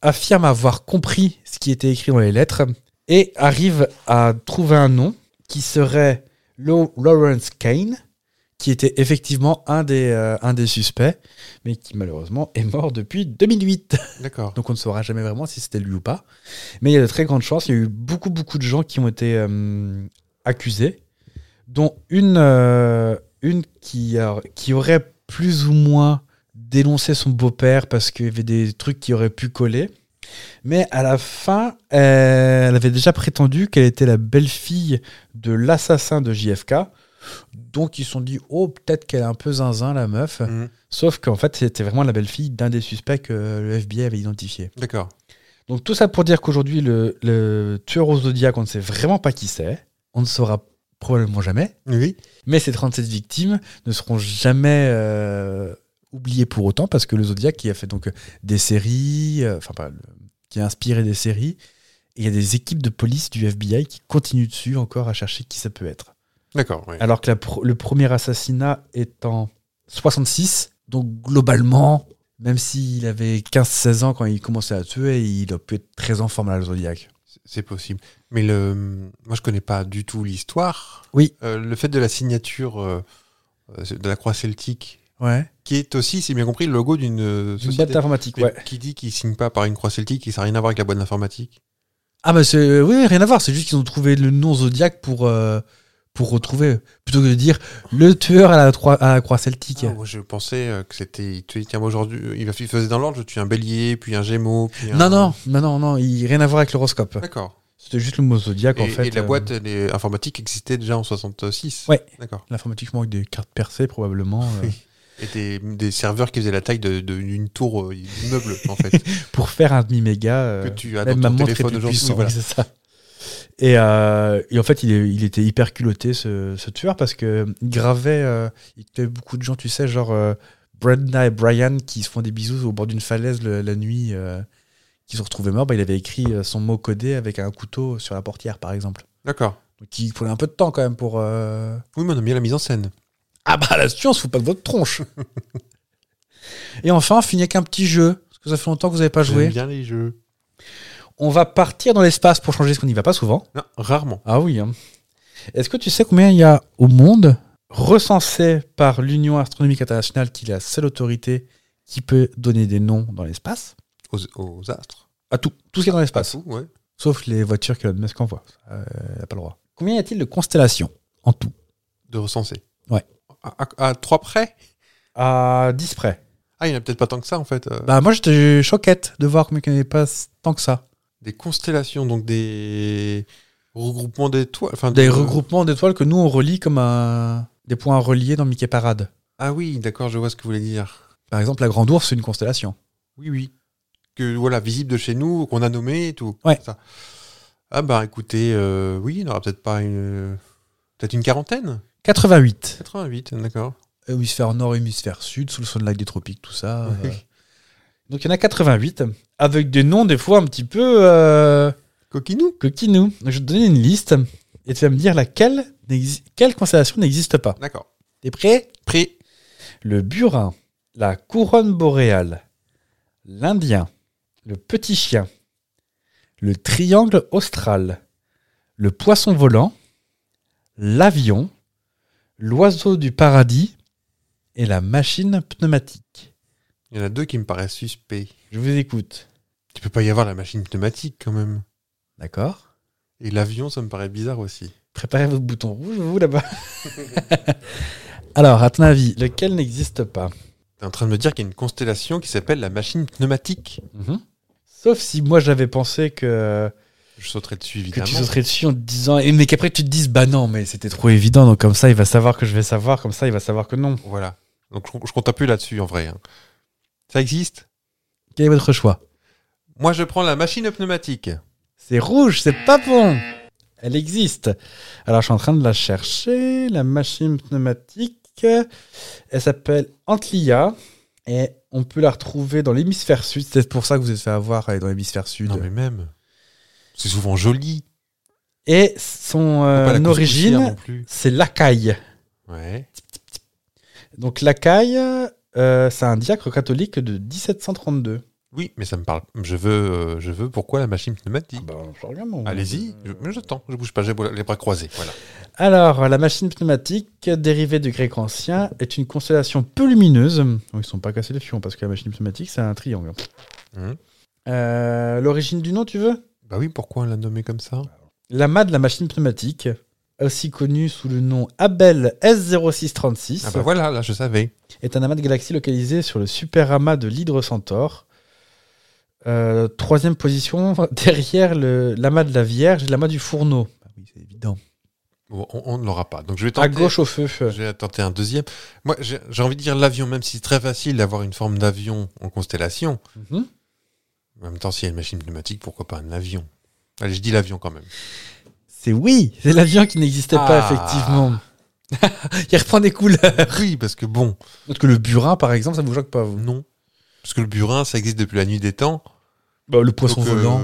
A: affirme avoir compris ce qui était écrit dans les lettres et arrive à trouver un nom qui serait Lo- Lawrence Kane, qui était effectivement un des, euh, un des suspects, mais qui malheureusement est mort depuis 2008.
B: D'accord.
A: Donc on ne saura jamais vraiment si c'était lui ou pas. Mais il y a de très grandes chances. Il y a eu beaucoup, beaucoup de gens qui ont été euh, accusés, dont une, euh, une qui, a- qui aurait plus ou moins dénoncé son beau-père parce qu'il y avait des trucs qui auraient pu coller. Mais à la fin, euh, elle avait déjà prétendu qu'elle était la belle-fille de l'assassin de JFK. Donc ils se sont dit, oh, peut-être qu'elle est un peu zinzin, la meuf.
B: Mhm.
A: Sauf qu'en fait, c'était vraiment la belle-fille d'un des suspects que le FBI avait identifié.
B: D'accord.
A: Donc tout ça pour dire qu'aujourd'hui, le, le tueur au Zodiac, on ne sait vraiment pas qui c'est. On ne saura probablement jamais.
B: Oui.
A: Mais ces 37 victimes ne seront jamais euh, oubliées pour autant parce que le Zodiac, qui a fait donc euh, des séries, euh, enfin pas, le- qui a inspiré des séries, et il y a des équipes de police du FBI qui continuent dessus encore à chercher qui ça peut être.
B: D'accord. ouais.
A: Alors que la pr- le premier assassinat est en 66. Donc globalement, même s'il avait 15-16 ans quand il commençait à tuer, il a pu être très en forme à la Zodiac.
B: C'est- C'est possible. Mais le, moi, je connais pas du tout l'histoire.
A: Oui.
B: Euh, le fait de la signature euh, euh, de la croix celtique
A: Ouais.
B: qui est aussi, si bien compris, le logo d'une euh,
A: Une
B: société
A: boîte informatique,
B: Mais
A: ouais.
B: qui dit qu'il signe pas par une croix celtique, et ça n'a rien à voir avec la boîte d'informatique.
A: Ah bah c'est oui rien à voir, c'est juste qu'ils ont trouvé le nom Zodiac pour euh, pour retrouver plutôt que de dire le tueur à la, troi- à la croix celtique.
B: Ah, moi, je pensais euh, que c'était. il tuait- Tiens, moi, aujourd'hui, il a- il faisait dans l'ordre, je tue un bélier, puis un gémeau, puis un.
A: non non non non non, il rien à voir avec l'horoscope.
B: D'accord.
A: C'était juste le mot Zodiac
B: Et,
A: en fait.
B: et la
A: euh,
B: boîte elle est- informatique existait déjà en 66.
A: Ouais.
B: D'accord.
A: l'informatique manque des cartes percées probablement euh,
B: Oui. Et des, des serveurs qui faisaient la taille d'une de, d'une tour euh, d'immeuble, en fait.
A: pour faire un demi méga.
B: que
A: euh,
B: tu as
A: même
B: dans
A: ma
B: ton
A: montre est
B: téléphone
A: plus
B: aujourd'hui.
A: puissante,
B: voilà.
A: oui, c'est ça. Et, euh, et en fait, il, est- il était hyper culotté, ce, ce tueur, parce que il gravait, euh, il tuait beaucoup de gens, tu sais, genre euh, Brenda et Brian qui se font des bisous au bord d'une falaise le- la nuit, euh, qui se retrouvaient morts. Bah, il avait écrit euh, son mot codé avec un couteau sur la portière, par exemple.
B: D'accord.
A: Donc il fallait un peu de temps quand même pour. euh,
B: Oui, mais on a bien la mise en scène.
A: Ah bah, la science, faut pas de votre tronche Et enfin, on finit avec un petit jeu, parce que ça fait longtemps que vous n'avez pas
B: J'aime
A: joué.
B: bien les jeux.
A: On va partir dans l'espace pour changer, parce qu'on n'y va pas souvent.
B: Non, rarement.
A: Ah oui. hein. Est-ce que tu sais combien il y a au monde recensé par l'Union astronomique internationale, qui est la seule autorité qui peut donner des noms dans l'espace
B: Aux, aux astres.
A: À tout, Ah, tout ce qui est dans
B: Pas
A: l'espace,
B: tout, ouais.
A: sauf les voitures qu'Elon Musk envoie. Euh, il n'a pas le droit. Combien y a-t-il de constellations en tout
B: De recenser.
A: Ouais.
B: À, à- à trois près
A: À 10 près.
B: Ah, il n'y en a peut-être pas tant que ça, en fait. euh.
A: Bah moi j'étais choquette de voir combien il n'y en avait pas tant que ça.
B: Des constellations, donc des regroupements d'étoiles. Enfin,
A: Des
B: de-
A: regroupements d'étoiles que nous on relie comme un- des points reliés dans Mickey Parade.
B: Ah oui, d'accord, je vois ce que vous voulez dire.
A: Par exemple, la Grande Ourse, c'est une constellation.
B: Oui, oui. Que voilà, visible de chez nous, qu'on a nommé et tout.
A: Ouais.
B: Ça. Ah bah écoutez, euh, oui, il n'y en aura peut-être pas une. Peut-être une quarantaine
A: 88.
B: 88, d'accord.
A: Hémisphère nord, hémisphère sud, sous le son de lac des tropiques, tout ça.
B: Oui.
A: euh. Donc il y en a 88, avec des noms des fois un petit peu euh,
B: Coquinou
A: coquinous. Donc, Je vais te donner une liste et tu vas me dire laquelle n'exi- quelle constellation n'existe pas.
B: D'accord.
A: T'es prêt
B: Prêt
A: Le burin, la couronne boréale, l'Indien, le petit chien, le triangle austral, le poisson volant, l'avion, l'oiseau du paradis et la machine pneumatique.
B: Il y en a deux qui me paraissent suspects.
A: Je vous écoute.
B: Tu peux pas y avoir la machine pneumatique quand même.
A: D'accord
B: Et l'avion, ça me paraît bizarre aussi.
A: Préparez votre bouton rouge, vous là-bas. Alors, à ton avis, lequel n'existe pas
B: T'es en train de me dire qu'il y a une constellation qui s'appelle la machine pneumatique.
A: Sauf si moi j'avais pensé que
B: Je sauterai dessus,
A: que
B: évidemment.
A: tu sauterais dessus en te disant et mais qu'après tu te dises bah non mais c'était trop évident donc comme ça il va savoir que je vais savoir comme ça il va savoir que non
B: Voilà. Donc je, je compte un peu là-dessus en vrai. hein. Ça existe
A: quel est votre choix
B: Moi je prends la machine pneumatique.
A: c'est rouge c'est pas bon elle existe alors je suis en train de la chercher la machine pneumatique elle s'appelle Antlia et on peut la retrouver dans l'hémisphère sud c'est pour ça que vous êtes fait avoir elle est dans l'hémisphère sud
B: Non mais même. C'est souvent joli.
A: et son euh,
B: Faut pas la couscoussière non
A: origine
B: plus.
A: c'est l'Acaille
B: Ouais.
A: donc l'Acaille euh, c'est un diacre catholique de 1732
B: Oui, mais ça me parle. Je veux, euh, je veux. Pourquoi la machine
A: Ah
B: pneumatique
A: ben, bah.
B: Allez-y. Je,
A: Je-
B: mais j'attends. Je bouge pas. J'ai les bras croisés. Voilà.
A: Alors, la machine pneumatique, dérivée du grec ancien, est une constellation peu lumineuse. Oh, ils ne sont pas cassés les fions parce que la machine pneumatique, c'est un triangle.
B: Mhm.
A: Euh, L'origine du nom, tu veux
B: Bah oui. Pourquoi on l'a nommée comme ça
A: L'amas de la machine pneumatique, aussi connu sous le nom Abel S0636,
B: Ah bah voilà. Là je savais.
A: est un amas de galaxies localisé sur le superamas de l'hydre Centaure. Euh, troisième position, derrière le- l'amas de la Vierge et l'amas du Fourneau. Ah oui, c'est évident.
B: Bon, on, on ne l'aura pas. Donc je vais tenter.
A: À gauche au feu.
B: Je vais tenter un deuxième. Moi j'ai j'ai envie de dire l'avion, même si c'est très facile d'avoir une forme d'avion en constellation.
A: Mhm.
B: En même temps, s'il y a une machine pneumatique, pourquoi pas un avion Allez, je dis l'avion quand même.
A: C'est oui, c'est l'avion qui n'existait pas,
B: Ah.
A: effectivement. Il reprend des couleurs.
B: oui, parce que bon,
A: Parce que le burin, par exemple, ça vous choque pas, vous
B: non. Parce que le burin, ça existe depuis la nuit des temps.
A: Le poisson
B: Donc, euh,
A: volant.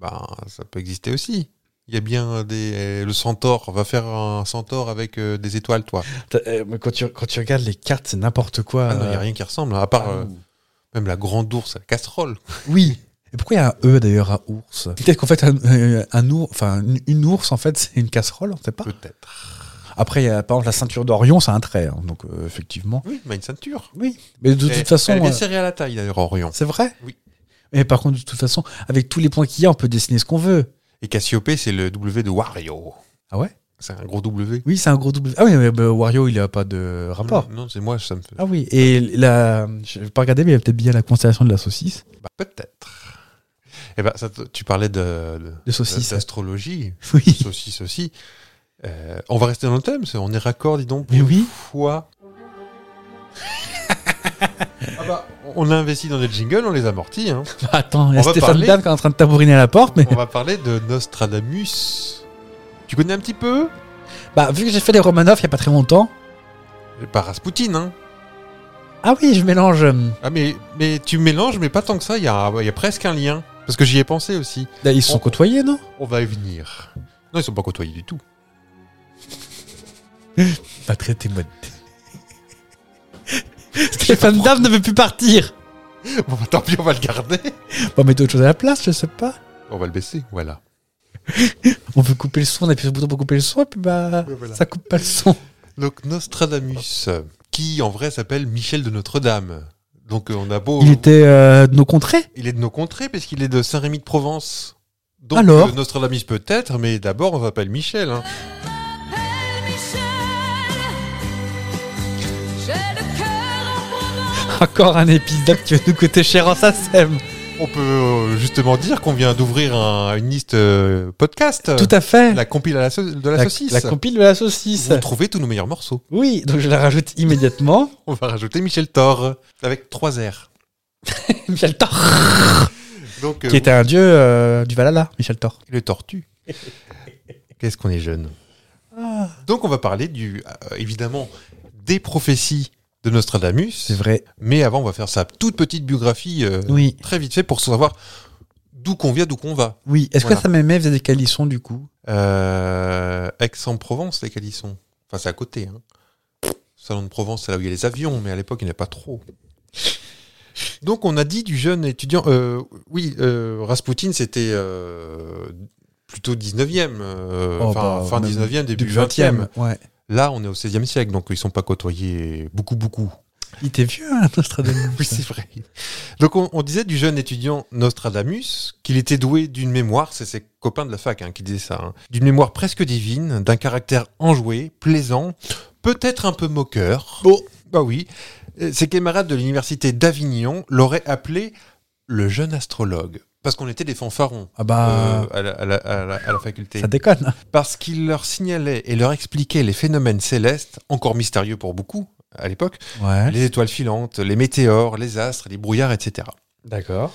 B: bah, ça peut exister aussi. Il y a bien des. Le centaure, va faire un centaure avec euh, des étoiles, toi.
A: T'as- euh, mais quand, tu, quand tu regardes les cartes, c'est n'importe quoi.
B: Ah non, il n'y a
A: euh.
B: rien qui ressemble, hein, à part
A: Ah,
B: euh, même la grande ours, la casserole.
A: Oui. Et pourquoi il y a un E d'ailleurs à ours Peut-être qu'en fait, un, euh, un ours, enfin, une- une ours, en fait, c'est une casserole, on sait pas.
B: Peut-être.
A: Après, il y a, par exemple, la ceinture d'Orion, c'est un trait. hein, donc, euh, effectivement.
B: Oui, mais une ceinture.
A: Oui. Mais de
B: Elle-
A: toute façon.
B: Elle est bien
A: euh,
B: serrée à la taille, d'ailleurs, Orion.
A: c'est vrai
B: Oui.
A: Mais par contre, de toute façon, avec tous les points qu'il y a, on peut dessiner ce qu'on veut.
B: Et Cassiopée, c'est le W de Wario.
A: Ah ouais
B: C'est un gros W.
A: Oui, c'est un gros double. Ah oui, mais bah, Wario, il a pas de rapport.
B: Non, non, c'est moi, ça me fait.
A: Ah oui, et la. Je vais pas regarder, mais il y a peut-être bien la constellation de la saucisse.
B: Bah, peut-être. Eh ben, ça te- tu parlais de, de-
A: De saucisse.
B: d'astrologie,
A: Oui.
B: saucisse aussi. Euh, on va rester dans le thème, c'est- on est raccord, dis donc.
A: Mais
B: pour
A: oui.
B: une fois. Ah bah, on a investi dans des jingles, on les amortit. hein.
A: bah, Attends, il y a
B: On va
A: Stéphane
B: parler-
A: Bern qui est en train de tabouriner à la porte, mais.
B: On va parler de Nostradamus. Tu connais un petit peu
A: Bah, vu que j'ai fait les Romanov il y a pas très longtemps.
B: Pas Rasputin, hein
A: Ah oui, je mélange. euh,
B: Ah, mais, mais tu mélanges, mais pas tant que ça, il y a, il y a presque un lien. Parce que j'y ai pensé aussi.
A: là, bah, Ils se sont
B: On-
A: côtoyés, non
B: On va y venir. Non, ils sont pas côtoyés du tout.
A: Pas traité mode. Stéphane Dame ne veut plus partir.
B: Bon, bah, tant pis, on va le garder.
A: On va mettre autre chose à la place, je sais pas.
B: On va le baisser, voilà.
A: On peut couper le son, on appuie sur le bouton pour couper le son, et puis bah.
B: Ouais, voilà.
A: Ça coupe pas le son.
B: Donc Nostradamus, euh, qui en vrai s'appelle Michel de Notre-Dame. Donc euh, on a beau...
A: Il était euh, de nos contrées
B: Il est de nos contrées, parce qu'il est de Saint-Rémy de Provence. Donc
A: Alors
B: euh, Nostradamus peut-être, mais d'abord on s'appelle Michel. hein.
A: Encore un épisode qui va nous coûter cher en SACEM.
B: On peut euh, justement dire qu'on vient d'ouvrir un- une liste euh, podcast.
A: Tout à fait.
B: La compile à la sau- de la, saucisse.
A: la compile de la saucisse.
B: Vous trouvez tous nos meilleurs morceaux.
A: Oui, donc je la rajoute immédiatement.
B: On va rajouter Michel Thor avec trois R.
A: Michel Thor.
B: Donc,
A: Qui
B: euh,
A: était un dieu euh, du Valhalla, Michel Thor.
B: le tortue. Qu'est-ce qu'on est jeune.
A: Ah,
B: Donc on va parler du euh, évidemment des prophéties de Nostradamus.
A: c'est vrai.
B: Mais avant on va faire sa toute petite biographie euh,
A: Oui.
B: très vite fait pour savoir d'où qu'on vient, d'où qu'on va.
A: Oui. Est-ce
B: Voilà.
A: que ça m'aimait faisait des calissons du coup
B: Euh, Aix-en-Provence, les quels sont Enfin c'est à côté. Hein. Salon de Provence, c'est là où il y a les avions, mais à l'époque il n'y en a pas trop. Donc on a dit du jeune étudiant, euh, oui, euh, Rasputin c'était euh, plutôt 19e, euh,
A: Oh,
B: enfin,
A: bah,
B: fin
A: même
B: 19e, début
A: Du
B: 20e.
A: Ouais.
B: Là, on est au 16e siècle, donc ils sont pas côtoyés beaucoup, beaucoup.
A: Il était vieux, hein, Nostradamus.
B: Oui, c'est vrai. Donc, on, on disait du jeune étudiant Nostradamus qu'il était doué d'une mémoire, c'est ses copains de la fac hein, qui disaient ça, hein, d'une mémoire presque divine, d'un caractère enjoué, plaisant, peut-être un peu moqueur.
A: Oh.
B: Bon, bah oui. Euh, Ses camarades de l'université d'Avignon l'auraient appelé le jeune astrologue, parce qu'on était des fanfarons
A: Ah bah,
B: euh, à, la, à la- à la- à la faculté
A: ça déconne. hein.
B: parce qu'il leur signalait et leur expliquait les phénomènes célestes, encore mystérieux pour beaucoup à l'époque,
A: Ouais.
B: les étoiles filantes, les météores, les astres, les brouillards, etc.
A: D'accord.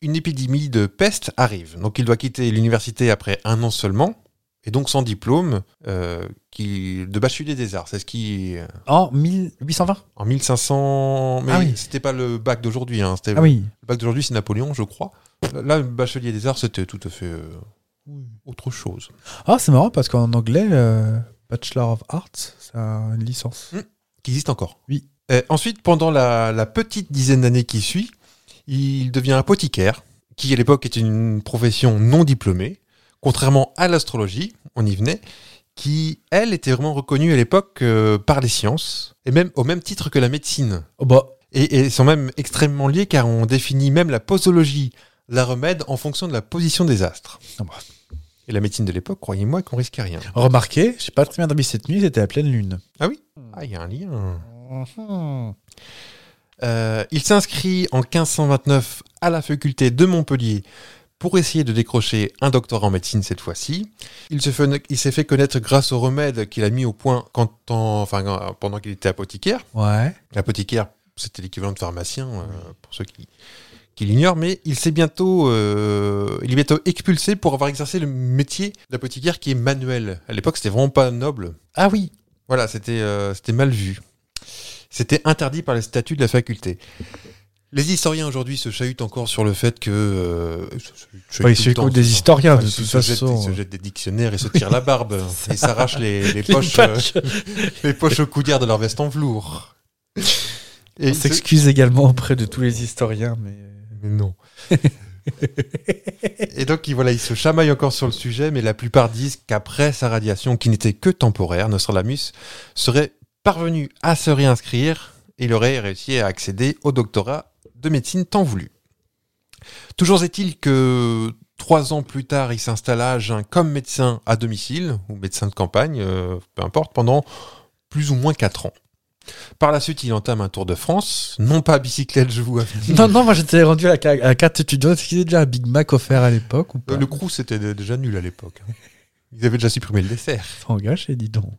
B: Une épidémie de peste arrive, donc il doit quitter l'université après un an seulement, et donc sans diplôme euh, qui, de bachelier des arts. C'est ce qui... euh,
A: En 1820
B: En 1500... Mais
A: Ah oui.
B: c'était pas le bac d'aujourd'hui, hein, c'était
A: Ah oui.
B: le bac d'aujourd'hui, c'est Napoléon, je crois. Là, le bachelier des arts, c'était tout à fait euh, autre chose.
A: Ah, c'est marrant parce qu'en anglais, euh, Bachelor of Arts, c'est un- une licence.
B: qui existe encore.
A: Oui.
B: Euh, ensuite, pendant la, la petite dizaine d'années qui suit, il devient apothicaire, qui à l'époque est une profession non diplômée, contrairement à l'astrologie, on y venait, qui, elle, était vraiment reconnue à l'époque euh, par les sciences, et même au même titre que la médecine.
A: Oh bah,
B: Et, et sont même extrêmement liés car on définit même la posologie, la remède, en fonction de la position des astres.
A: Ah bah.
B: Et la médecine de l'époque, croyez-moi qu'on risquait rien.
A: Hmm. remarquez, je sais pas très bien dormi cette nuit, c'était à pleine lune.
B: Ah, il y a un lien. Mm-hmm. Euh, il s'inscrit en 1529 à la faculté de Montpellier pour essayer de décrocher un doctorat en médecine cette fois-ci. Il se fait- il s'est fait connaître grâce aux remèdes qu'il a mis au point quand en- enfin, euh, pendant qu'il était apothicaire.
A: Ouais.
B: Apothicaire, c'était l'équivalent de pharmacien, euh, pour ceux qui, qui l'ignorent, mais il, s'est bientôt, euh, il est bientôt expulsé pour avoir exercé le métier d'apothicaire qui est manuel. À l'époque, c'était vraiment pas noble.
A: Ah oui.
B: Voilà, c'était euh, c'était mal vu. C'était interdit par les statuts de la faculté. Les historiens aujourd'hui se chahutent encore sur le fait que. euh, se- se- se-
A: Bah, ils
B: tout
A: se
B: le temps,
A: comme des
B: tout le temps.
A: historiens,
B: Enfin,
A: de
B: ils se-
A: toute
B: se jettent-
A: façon. hein.
B: Ils se jettent des dictionnaires et se tirent la barbe. et s'arrachent les, les poches, euh, les poches au coudière de leur veste en velours. Et
A: On
B: ils se-
A: euh, s'excuse également auprès de tous les historiens, mais.
B: mais non. Et donc, il- voilà, ils se chamaillent encore sur le sujet, mais la plupart disent qu'après sa radiation, qui n'était que temporaire, Nostradamus serait parvenu à se réinscrire et il aurait réussi à accéder au doctorat de médecine tant voulu. Toujours est-il que trois ans plus tard, il s'installe à Agen comme médecin à domicile, ou médecin de campagne, euh, peu importe, pendant plus ou moins quatre ans. Par la suite, il entame un tour de France, non pas à bicyclette, je vous avertis.
A: Non, non, moi j'étais rendu à 4 étudiants. Est-ce qu'il y avait déjà un Big Mac offert à l'époque ou pas
B: Euh, Le crew, c'était dé- déjà nul à l'époque. hein. Ils avaient déjà supprimé le dessert.
A: Sans gâcher, eh, dis donc.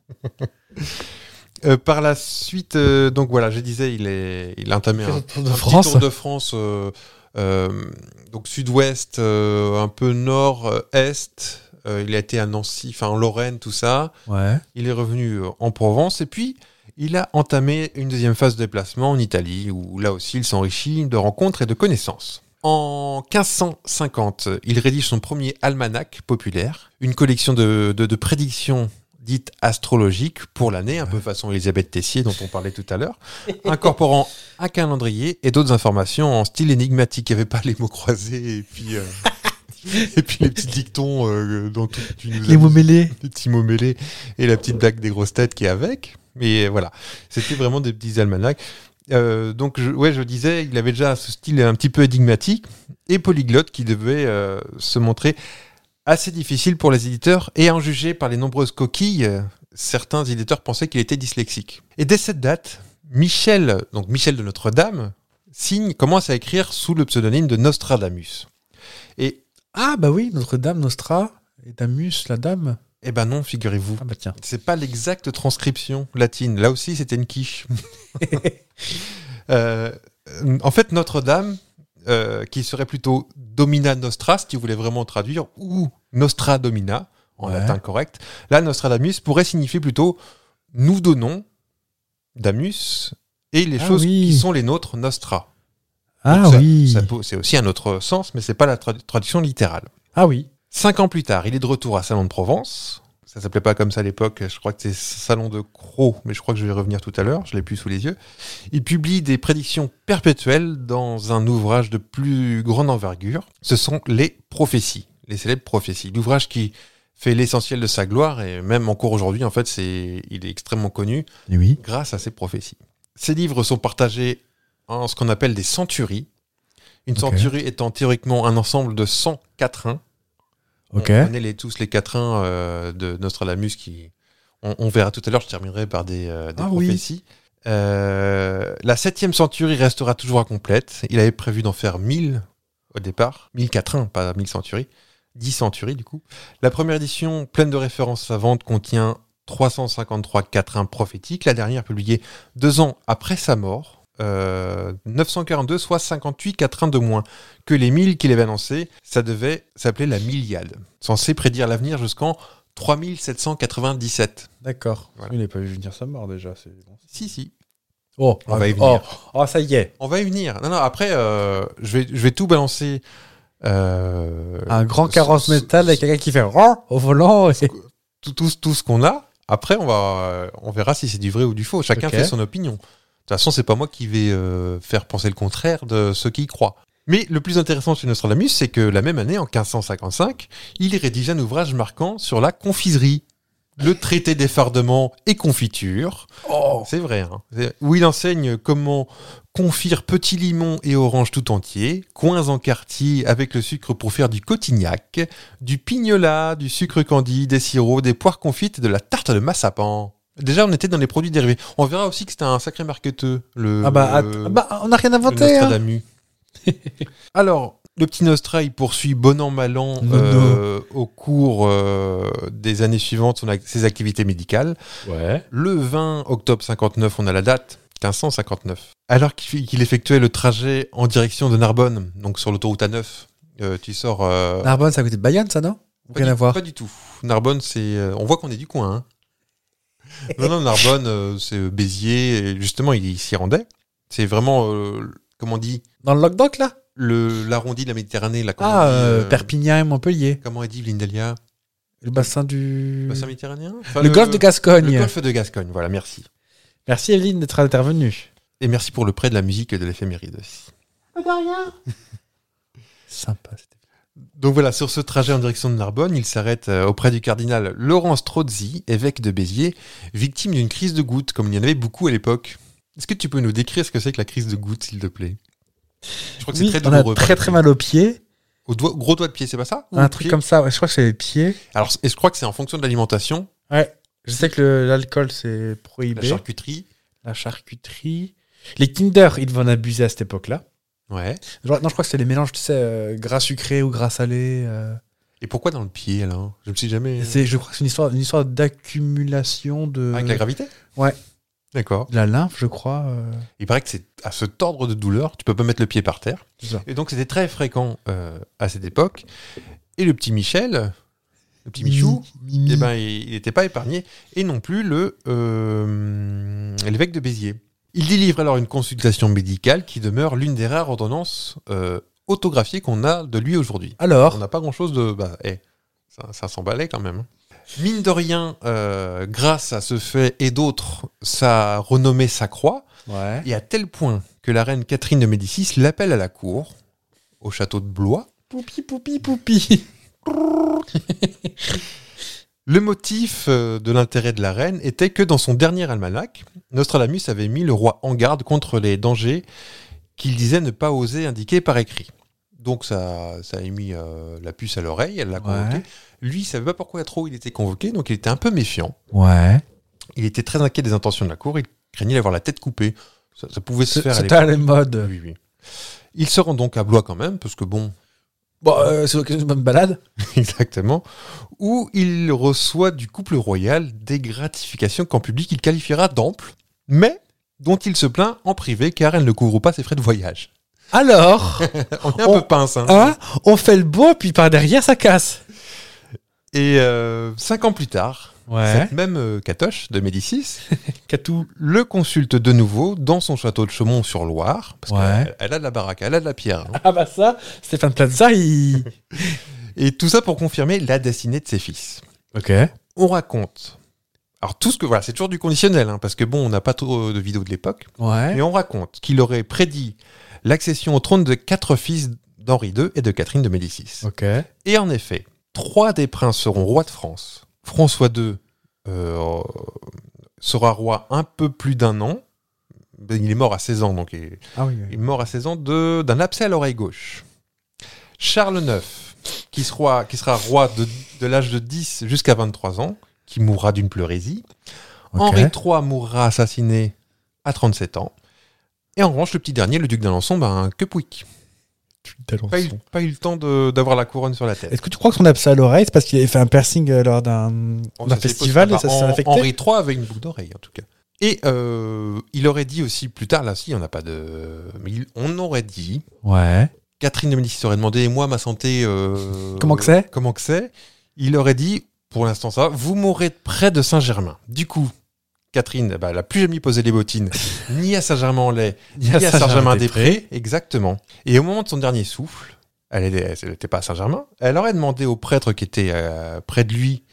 B: Euh, par la suite, euh, donc voilà, je disais, il, est, il a entamé un,
A: de
B: un
A: France.
B: petit tour de France, euh, euh, donc sud-ouest, euh, un peu nord-est. euh, il a été à Nancy, enfin en Lorraine, tout ça.
A: Ouais.
B: Il est revenu euh, en Provence et puis il a entamé une deuxième phase de déplacement en Italie où là aussi il s'enrichit de rencontres et de connaissances. En 1550, il rédige son premier almanach populaire, une collection de, de- de prédictions dites astrologiques pour l'année, un peu façon Elisabeth Tessier dont on parlait tout à l'heure, incorporant un calendrier et d'autres informations en style énigmatique. Il n'y avait pas les mots croisés et puis, euh, et puis les petits dictons euh, dont tu, tu nous
A: Les
B: as-
A: mots mêlés.
B: le petit mot mêlé et la petite blague des grosses têtes qui est avec. Mais voilà, c'était vraiment des petits almanachs. Euh, donc, je, ouais, je disais, il avait déjà ce style un petit peu énigmatique et polyglotte qui devait euh, se montrer assez difficile pour les éditeurs et en juger par les nombreuses coquilles, euh, certains éditeurs pensaient qu'il était dyslexique. Et dès cette date, Michel, donc Michel de Notre-Dame, signe, commence à écrire sous le pseudonyme de Nostradamus. Et
A: Ah, bah oui, Notre-Dame, Nostra, et Damus, la dame.
B: eh ben non, figurez-vous,
A: Ah, bah tiens.
B: C'est pas l'exacte transcription latine. Là aussi, c'était une quiche. Euh, en fait, Notre-Dame, euh, qui serait plutôt Domina Nostra, si tu voulais vraiment traduire, ou Nostra Domina, en
A: Ouais.
B: latin correct, là, Nostradamus pourrait signifier plutôt nous donnons Damus et les
A: Ah
B: choses
A: oui.
B: qui sont les nôtres, Nostra.
A: Ah
B: Donc ça-
A: oui.
B: ça peut- C'est aussi un autre sens, mais c'est pas la trad- traduction littérale.
A: Ah oui.
B: Cinq ans plus tard, il est de retour à Salon de Provence. Ça s'appelait pas comme ça à l'époque, je crois que c'est Salon de Croc, mais je crois que je vais y revenir tout à l'heure, je l'ai plus sous les yeux. Il publie des prédictions perpétuelles dans un ouvrage de plus grande envergure. Ce sont les prophéties, les célèbres prophéties. L'ouvrage qui fait l'essentiel de sa gloire et même encore aujourd'hui, en fait, c'est, il est extrêmement connu
A: Et oui.
B: grâce à ses prophéties. Ces livres sont partagés en ce qu'on appelle des centuries. Une
A: Ok.
B: centurie étant théoriquement un ensemble de 100 quatrains.
A: Ok.
B: On connaît les, tous les quatrains euh, de Nostradamus qui. On, on verra tout à l'heure, je terminerai par des, euh, des
A: Ah oui.
B: prophéties. Euh, la septième centurie restera toujours incomplète. Il avait prévu d'en faire 1000 au départ. 1000 quatrains, pas 1000 centuries. 10 centuries du coup. La première édition, pleine de références savantes, contient 353 quatrains prophétiques. La dernière, publiée deux ans après sa mort, euh, 942, soit 58 quatrains de moins que les 1000 qu'il avait annoncés. Ça devait s'appeler la milliade, censée prédire l'avenir jusqu'en 3797.
A: D'accord.
B: Voilà.
A: Il n'est pas vu venir sa mort déjà. c'est bon.
B: Si, si.
A: Oh,
B: On va y
A: oh,
B: venir.
A: oh, ça y est.
B: On va y venir. Non, non, après, euh, je, vais, je vais tout balancer. euh,
A: Un grand
B: ce-
A: carrosse
B: ce-
A: métal avec quelqu'un qui fait Roar au volant. et-
B: tout, tout, tout ce qu'on a. Après, on, va, on verra si c'est du vrai ou du faux. Chacun
A: Ok.
B: fait son opinion. De toute façon, c'est pas moi qui vais euh, faire penser le contraire de ceux qui y croient. Mais le plus intéressant chez Nostradamus, c'est que la même année, en 1555, il rédige un ouvrage marquant sur la confiserie. Le traité d'effardement et confiture.
A: Oh.
B: C'est vrai. hein. C'est- Où il enseigne comment confire petits limons et oranges tout entiers, coins en quartier avec le sucre pour faire du cotignac, du pignola, du sucre candy, des sirops, des poires confites et de la tarte de massapan. Déjà, on était dans les produits dérivés. On verra aussi que c'était un sacré marketeur, le,
A: Ah bah,
B: le-
A: att- bah, on n'a rien
B: le
A: inventé. hein.
B: Nostradamus. Alors, le petit Nostra, il poursuit bon an, mal an
A: Non,
B: euh, au cours euh, des années suivantes son ac- ses activités médicales.
A: Ouais.
B: Le 20 octobre 59, on a la date, 1559. Alors qu'il qu'il effectuait le trajet en direction de Narbonne, donc sur l'autoroute A9, euh, tu sors... euh,
A: Narbonne, c'est à côté de Bayonne, ça, non Ou Ah,
B: pas
A: Rien
B: du-
A: à voir.
B: Pas du tout. Narbonne, c'est... euh, on voit qu'on est du coin. hein. non, non, Narbonne, euh, c'est euh, Béziers, et justement, il, il s'y rendait. C'est vraiment, euh, comment on dit,
A: Dans le Languedoc, là
B: le- l'arrondi de la Méditerranée. Là, comment
A: Ah,
B: on dit,
A: euh,
B: euh,
A: Perpignan et Montpellier.
B: Comment est dit Lindelia
A: Le bassin du.
B: Le bassin méditerranéen Enfin,
A: Mm. le, golfe de Gascogne.
B: Le golfe de Gascogne, voilà, merci.
A: Merci Evelyne d'être intervenue.
C: Ah,
B: Et merci pour le prêt de la musique et de l'éphéméride aussi.
C: De rien.
A: Sympa. c'était-
B: Donc voilà, sur ce trajet en direction de Narbonne, il s'arrête euh, auprès du cardinal Laurence Trozzi, évêque de Béziers, victime d'une crise de goutte, comme il y en avait beaucoup à l'époque. Est-ce que tu peux nous décrire ce que c'est que la crise de goutte, s'il te plaît Je crois que
A: Oui,
B: c'est très
A: on a
B: douloureux.
A: très très mal aux pieds.
B: Au doigt- gros doigt de pied, c'est pas ça Ou
A: Un
B: au
A: truc
B: pied
A: comme ça. ouais, je crois que c'est les pieds.
B: Alors, c- et je crois que c'est en fonction de l'alimentation,
A: Ouais. Je sais que le- l'alcool, c'est
B: la
A: prohibé.
B: charcuterie.
A: La charcuterie. Les Kinder, ils devaient en abuser à cette époque-là.
B: Ouais.
A: Genre- non, je crois que c'est les mélanges, tu sais, euh, gras sucré ou gras salé. euh.
B: Et pourquoi dans le pied, alors Je me suis jamais.
A: C'est, je crois que c'est une histoire, une histoire d'accumulation de,
B: Avec la gravité
A: ouais.
B: D'accord.
A: de la lymphe, je crois. euh.
B: Il paraît que c'est à se tordre de douleur, tu peux pas mettre le pied par terre.
A: C'est ça.
B: Et donc c'était très fréquent euh, à cette époque. Et le petit Michel, le petit Michou,
A: Mimi.
B: eh ben, il n'était pas épargné, et non plus le euh, l'évêque de Béziers. Il délivre alors une consultation médicale qui demeure l'une des rares ordonnances euh, autographiées qu'on a de lui aujourd'hui. On
A: Alors,
B: n'a pas grand-chose de... Bah, eh, ça, ça s'emballait quand même. hein. Mine de rien, euh, grâce à ce fait et d'autres, sa renommée s'accroît.
A: ouais.
B: Et à tel point que la reine Catherine de Médicis l'appelle à la cour, au château de Blois.
A: Poupi, poupi, poupi.
B: Le motif euh, de l'intérêt de la reine était que dans son dernier almanach, Nostradamus avait mis le roi en garde contre les dangers qu'il disait ne pas oser indiquer par écrit. Donc ça, ça a mis euh, la puce à l'oreille, elle l'a convoqué.
A: Ouais.
B: Lui, il savait pas pourquoi trop il était convoqué, donc il était un peu méfiant.
A: Ouais.
B: Il était très inquiet des intentions de la cour, il craignait d'avoir la tête coupée. Ça, ça pouvait se
A: C'est-
B: faire à
A: C'était
B: l'époque.
A: à la mode.
B: Oui, oui. Il se rend donc à Blois quand même, parce que bon,
A: Bon, euh, c'est l'occasion de bonne balade.
B: Exactement. Où il reçoit du couple royal des gratifications qu'en public il qualifiera d'amples, mais dont il se plaint en privé car elle ne couvre pas ses frais de voyage.
A: Alors,
B: On est un
A: Oh.
B: peu pince. hein.
A: hein, on fait le beau, puis par derrière, ça casse.
B: Et euh, cinq ans plus tard,
A: Ouais.
B: cette même euh, Catoche de Médicis
A: Catou.
B: le consulte de nouveau dans son château de Chaumont-sur-Loire, parce
A: Ouais.
B: qu'elle elle a de la baraque, elle a de la pierre. hein.
A: Ah bah ça, Stéphane Plaza, il...
B: Et tout ça pour confirmer la destinée de ses fils.
A: ok.
B: On raconte. Alors tout ce que voilà, c'est toujours du conditionnel, hein, parce que bon, on n'a pas trop de vidéos de l'époque.
A: Ouais.
B: Et on raconte qu'il aurait prédit l'accession au trône de quatre fils d'Henri II et de Catherine de Médicis.
A: Ok.
B: Et en effet, trois des princes seront rois de France. François II euh, sera roi un peu plus d'un an. Ben, Il est mort à 16 ans, donc il est-
A: Ah oui.
B: il
A: oui.
B: est mort à 16 ans de- d'un abcès à l'oreille gauche. Charles IX, qui sera, qui sera roi de, de l'âge de 10 jusqu'à 23 ans, qui mourra d'une pleurésie.
A: Ok.
B: Henri III mourra assassiné à 37 ans. Et en revanche, le petit dernier, le duc d'Alençon, ben, que pouic. Pas eu, pas eu le temps de- d'avoir la couronne sur la tête.
A: Est-ce que tu crois que son abcès à l'oreille, c'est parce qu'il avait fait un piercing euh, lors d'un
B: On
A: d'un
B: sait pas,
A: festival et
B: bah,
A: ça s'est
B: Hen-
A: infecté
B: Henri III avait une boucle d'oreille, en tout cas. Et euh, il aurait dit aussi, plus tard, là, si, on n'a pas de... Mais il- on aurait dit,
A: Ouais.
B: Catherine de Médicis aurait demandé, et moi, ma santé... euh,
A: Comment que c'est
B: Comment que c'est Il aurait dit, pour l'instant ça, vous mourrez près de Saint-Germain. Du coup, Catherine, eh ben, elle n'a plus jamais posé les bottines, ni à Saint-Germain-en-Laye,
A: Il
B: Il y a Saint-Germain-des-Prés, exactement. Et au moment de son dernier souffle, elle n'était pas à Saint-Germain, elle aurait demandé au prêtre qui était euh, près de lui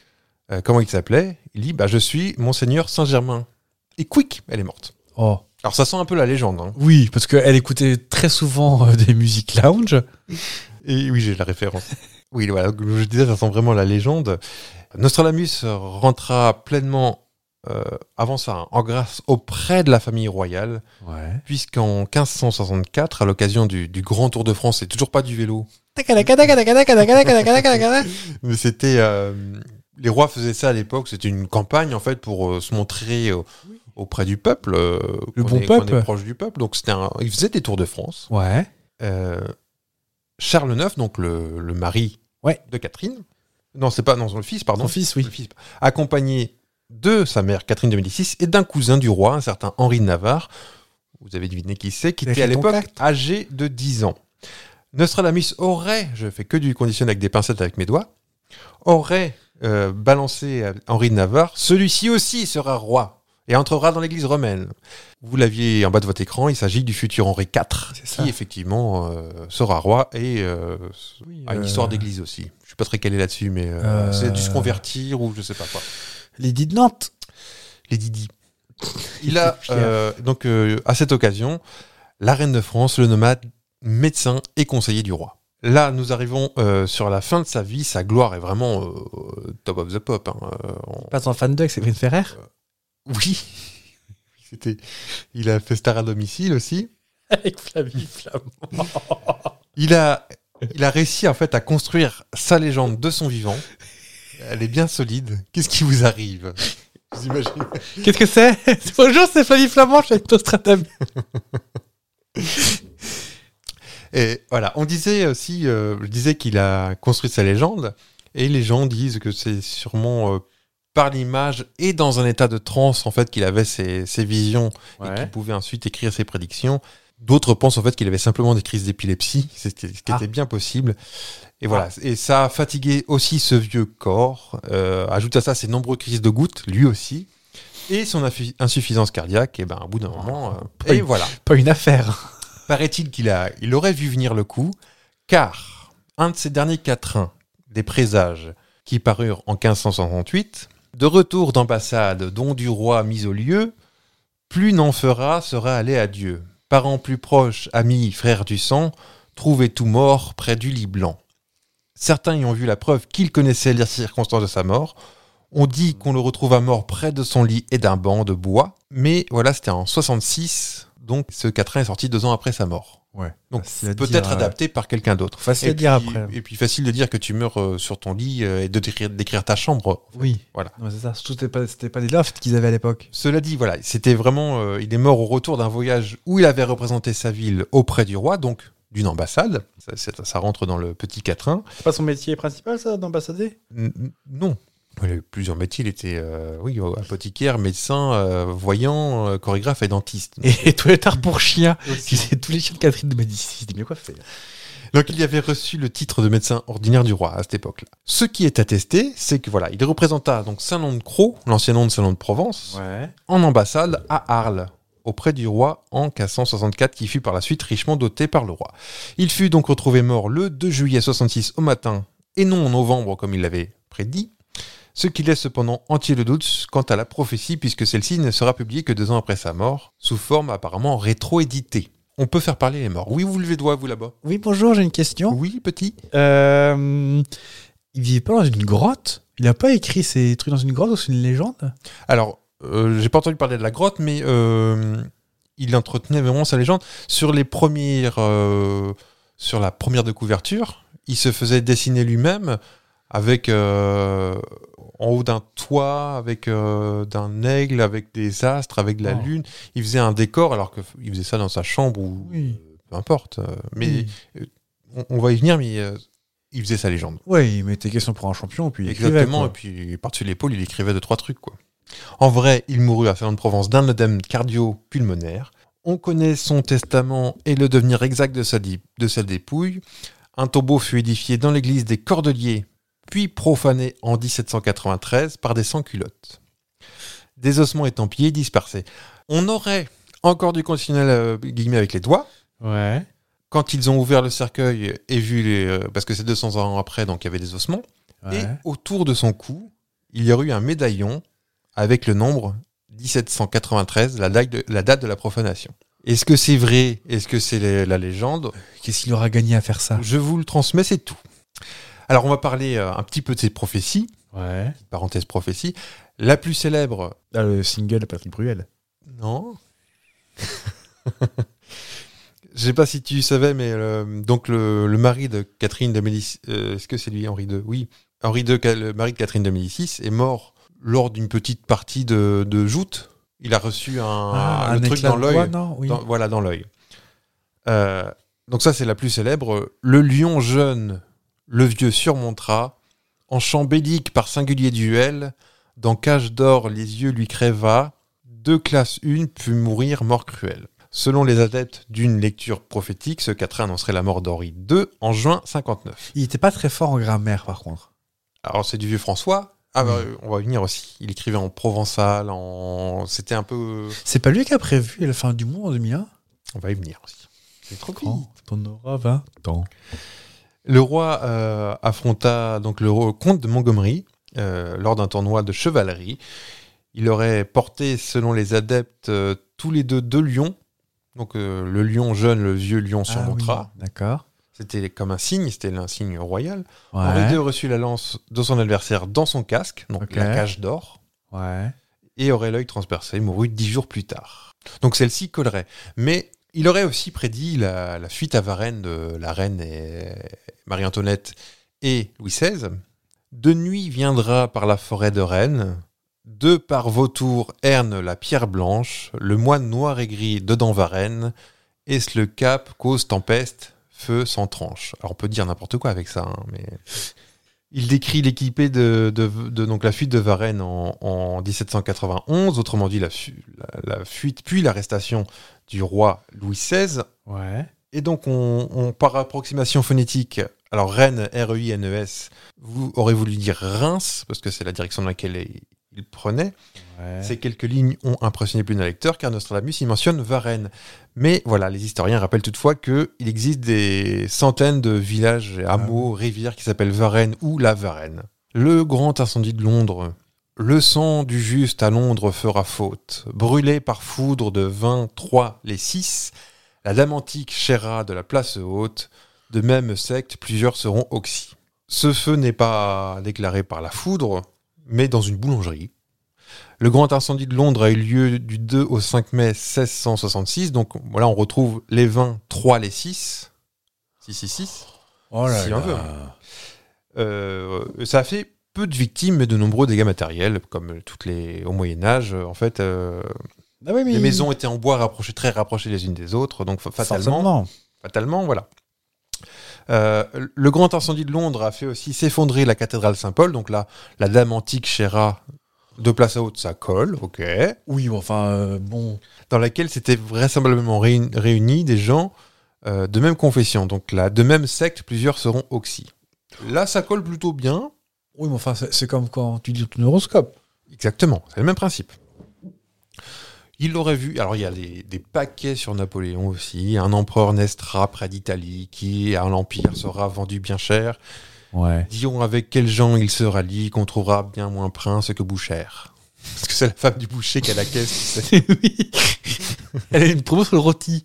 B: euh, comment il s'appelait. Il dit bah, Je suis Monseigneur Saint-Germain. Et quick, elle est morte.
A: Oh.
B: Alors ça sent un peu la légende. hein.
A: Oui, parce qu'elle écoutait très souvent euh, des musiques lounge.
B: Et oui, j'ai la référence. oui, voilà, comme je disais, ça sent vraiment la légende. Nostradamus rentra pleinement euh, avant ça hein, en grâce auprès de la famille royale.
A: Ouais.
B: puisqu'en 1564, à l'occasion du, du Grand Tour de France, c'est toujours pas du vélo, mais c'était... euh, les rois faisaient ça à l'époque, c'était une campagne en fait pour euh, se montrer au- auprès du peuple. euh,
A: Le
B: qu'on
A: bon
B: est- qu'on
A: peuple.
B: est proche du peuple, donc c'était un- ils faisaient des Tours de France.
A: Ouais.
B: Euh, Charles IX, donc le, le mari
A: Ouais.
B: de Catherine, non c'est pas, non son fils, pardon,
A: Son fils, oui.
B: Le fils, accompagné de sa mère Catherine de Médicis et d'un cousin du roi, un certain Henri de Navarre. Vous avez deviné qui c'est, qui
A: T'as
B: était à
A: fait ton
B: l'époque
A: pacte.
B: âgé de 10 ans. Nostradamus aurait, je fais que du conditionnel avec des pincettes avec mes doigts, aurait euh, balancé à Henri de Navarre, celui-ci aussi sera roi et entrera dans l'église romaine. Vous l'aviez en bas de votre écran, il s'agit du futur Henri IV,
A: C'est ça.
B: qui effectivement euh, sera roi et euh, a une histoire d'église aussi. Je suis pas très calé là-dessus, mais euh,
A: Euh,
B: c'est dû se convertir ou je sais pas quoi.
A: Lady de Nantes.
B: Les Didi. Il a euh, donc euh, à cette occasion la reine de France le nomade médecin et conseiller du roi. Là, nous arrivons euh, sur la fin de sa vie. Sa gloire est vraiment euh, top of the pop. hein. Euh, on-
A: Pas en fan de avec Séverine Ferrer
B: Oui. C'était... Il a fait Star à domicile aussi.
A: Avec Flavie Flamand.
B: Il a, il a réussi en fait à construire sa légende de son vivant. Elle est bien solide. Qu'est-ce qui vous arrive Vous imaginez
A: Qu'est-ce que c'est Bonjour, c'est Flavie Flamand, je suis avec Nostradamus.
B: Et voilà, on disait aussi, euh, je disais qu'il a construit sa légende, et les gens disent que c'est sûrement euh, par l'image et dans un état de transe en fait qu'il avait ses, ses visions et qu'il pouvait ensuite écrire ses prédictions. D'autres pensent en fait qu'il avait simplement des crises d'épilepsie, c'est ce qui ce qui
A: Ah.
B: était bien possible. Et voilà, et ça a fatigué aussi ce vieux corps. Euh, ajoute à ça ses nombreuses crises de gouttes, lui aussi. Et son affi- insuffisance cardiaque, et ben, au bout d'un moment. euh,
A: Ah. Oui.
B: et voilà.
A: Pas une affaire.
B: Paraît-il qu'il a, il aurait vu venir le coup, car un de ses derniers quatrains, des présages, qui parurent en 1568, de retour d'ambassade, don du roi mis au lieu, plus n'en fera sera allé à Dieu. Parents plus proches, amis, frères du sang, trouvés tout mort près du lit blanc. Certains y ont vu la preuve qu'il connaissait les circonstances de sa mort. On dit qu'on le retrouve à mort près de son lit et d'un banc de bois. Mais voilà, c'était en 66, donc ce quatrain est sorti deux ans après sa mort.
A: Ouais.
B: Donc
A: Facile à
B: peut-être
A: dire, euh,
B: adapté par quelqu'un d'autre.
A: Facile
B: et
A: à dire
B: puis-
A: après. hein.
B: Et puis facile de dire que tu meurs euh, sur ton lit euh, et de décrire, d'écrire ta chambre.
A: Oui.
B: Voilà.
A: Non, mais c'est ça. Surtout, c'était pas, c'était pas des lofts qu'ils avaient à l'époque.
B: Cela dit, voilà, c'était vraiment. euh, il est mort au retour d'un voyage où il avait représenté sa ville auprès du roi, donc d'une ambassade. Ça, c'est- ça rentre dans le petit quatrain.
A: C'est pas son métier principal, ça, d'ambassader
B: N- n- Non. Il a eu plusieurs métiers. Il était euh, oui, euh, apothicaire, médecin, euh, voyant, euh, chorégraphe et dentiste.
A: Et toilettard pour chien. C'est tous les chiens de Catherine de Médicis. C'était mieux quoi faire.
B: Donc il y avait reçu le titre de médecin ordinaire du roi à cette époque-là. Ce qui est attesté, c'est que voilà, il représenta donc Saint-Nom de Croix, l'ancien nom de Saint-Nom de Provence,
A: Ouais.
B: en ambassade à Arles auprès du roi en 1564 qui fut par la suite richement doté par le roi. Il fut donc retrouvé mort le 2 juillet 66 au matin et non en novembre comme il l'avait prédit, ce qui laisse cependant entier le doute quant à la prophétie puisque celle-ci ne sera publiée que deux ans après sa mort, sous forme apparemment rétroéditée. On peut faire parler les morts. Oui, vous levez le doigt, vous là-bas.
A: Oui, bonjour, j'ai une question.
B: Oui, petit.
A: Euh, il vivait pas dans une grotte Il a pas écrit ses trucs dans une grotte ou c'est une légende
B: Alors, euh, j'ai pas entendu parler de la grotte, mais euh, il entretenait vraiment sa légende. Sur les premières, euh, sur la première de couverture, il se faisait dessiner lui-même avec euh, en haut d'un toit, avec euh, d'un aigle, avec des astres, avec de la
A: Oh.
B: lune. Il faisait un décor, alors qu'il faisait ça dans sa chambre ou
A: Oui.
B: peu importe. euh, Mais on, on va y venir, mais euh, il faisait sa légende.
A: Ouais, il mettait question pour un champion, puis il écrivait,
B: Exactement,
A: quoi.
B: et puis par-dessus l'épaule, il écrivait deux, trois trucs. Quoi. En vrai, il mourut à Saint-Provence d'un œdème cardio-pulmonaire. On connaît son testament et le devenir exact de sa, di- de sa dépouille. Un tombeau fut édifié dans l'église des Cordeliers, puis profané en 1793 par des sans-culottes. Des ossements étampillés dispersés. On aurait encore du conditionnel euh, guillemets avec les doigts,
A: Ouais.
B: quand ils ont ouvert le cercueil et vu les. euh, parce que c'est 200 ans après, donc il y avait des ossements.
A: ouais.
B: Et autour de son cou, il y aurait eu un médaillon avec le nombre 1793, la date de la, date de la profanation. Est-ce que c'est vrai Est-ce que c'est la- la légende
A: Qu'est-ce qu'il aura gagné à faire ça
B: Je vous le transmets, c'est tout. Alors on va parler euh, un petit peu de ces prophéties,
A: Ouais.
B: parenthèse prophétie. La plus célèbre,
A: Ah, le single de Patrick Bruel.
B: non. Je sais pas si tu savais, mais euh, donc le, le mari de Catherine de Médicis, euh, est-ce que c'est lui Henri II Oui, Henri II, ca- le mari de Catherine de Médicis, est mort lors d'une petite partie de, de joute. Il a reçu un, Ah, le truc
A: Ah, éclat
B: dans
A: de doigt,
B: l'œil.
A: non oui.
B: Dans- voilà, dans l'œil. Euh, donc ça, c'est la plus célèbre. Le lion jeune, le vieux surmontera, en chant bélique par singulier duel, dans cage d'or les yeux lui crèva, de classe une put mourir mort cruelle. Selon les adeptes d'une lecture prophétique, ce quatrain annoncerait la mort d'Henri II en juin 59.
A: Il était pas très fort en grammaire, par contre.
B: Alors c'est du vieux François. Ah bah,
A: Oui.
B: euh, on va venir aussi. Il écrivait en provençal, en... c'était un peu...
A: C'est pas lui qui a prévu la fin du monde en 2001
B: On va y venir aussi. C'est trop
A: Ton aura 20 ans.
B: Le roi euh, affronta donc le ro- comte de Montgomery euh, lors d'un tournoi de chevalerie. Il aurait porté, selon les adeptes, euh, tous les deux deux lions. Donc euh, le lion jeune, le vieux lion
A: Ah oui,
B: surmontera.
A: D'accord.
B: C'était comme un signe, c'était un signe royal. Henri
A: Ouais.
B: II reçut la lance de son adversaire dans son casque, donc
A: Ok.
B: la cage d'or,
A: Ouais.
B: et aurait l'œil transpercé, mourut dix jours plus tard. Donc celle-ci collerait. Mais il aurait aussi prédit la, la fuite à Varennes de la reine et- Marie-Antoinette et Louis XVI. De nuit viendra par la forêt de Rennes, de par vautour herne la pierre blanche, le moine noir et gris dedans Varennes, est-ce le cap cause tempeste, feu sans tranche. Alors on peut dire n'importe quoi avec ça, hein, mais. Il décrit l'équipée de, de- de- donc la fuite de Varennes en, en 1791, autrement dit la, fu- la- la fuite puis l'arrestation du roi Louis XVI.
A: Ouais.
B: Et donc, on, on- par approximation phonétique, alors Rennes, E R-E-I-N-E-S, vous aurez voulu dire Reims, parce que c'est la direction dans laquelle il, il prenait.
A: Ouais.
B: Ces quelques lignes ont impressionné plus d'un lecteur, car Nostradamus y mentionne Varennes. Mais voilà, les historiens rappellent toutefois qu'il existe des centaines de villages, et hameaux, rivières qui s'appellent Varennes ou la Varenne. Le grand incendie de Londres. Le sang du juste à Londres fera faute. Brûlé par foudre de 23 les 6, la dame antique chéra de la place haute. De même secte, plusieurs seront oxy. Ce feu n'est pas déclaré par la foudre, mais dans une boulangerie. Le grand incendie de Londres a eu lieu du 2 au 5 mai 1666. Donc voilà, on retrouve les 20, 3, les 6. 666.
A: Oh là
B: Si
A: là.
B: on veut. Euh, ça a fait peu de victimes, mais de nombreux dégâts matériels, comme toutes les au Moyen Âge. En fait, euh,
A: Ah oui, mais
B: les maisons étaient en bois rapprochées, très rapprochées les unes des autres, donc fa- fatalement,
A: Forcément.
B: fatalement, voilà. Euh, le grand incendie de Londres a fait aussi s'effondrer la cathédrale Saint-Paul, donc là, la dame antique Chéra de place à haute, ça colle, ok.
A: Oui, bon, enfin, euh, bon.
B: dans laquelle s'étaient vraisemblablement réun- réunis des gens euh, de même confession. Donc là, de même secte, plusieurs seront oxy. Là, ça colle plutôt bien.
A: Oui, mais enfin, c'est c'est comme quand tu lis ton horoscope.
B: Exactement, c'est le même principe. Il l'aurait vu. Alors, il y a des, des paquets sur Napoléon aussi. Un empereur naîtra près d'Italie, qui à l'Empire sera vendu bien cher.
A: Ouais.
B: Disons avec quels gens il se rallie, qu'on trouvera bien moins prince que Boucher. Parce que c'est la femme du boucher qui a la caisse. tu sais.
A: oui. Elle a une promo sur le rôti.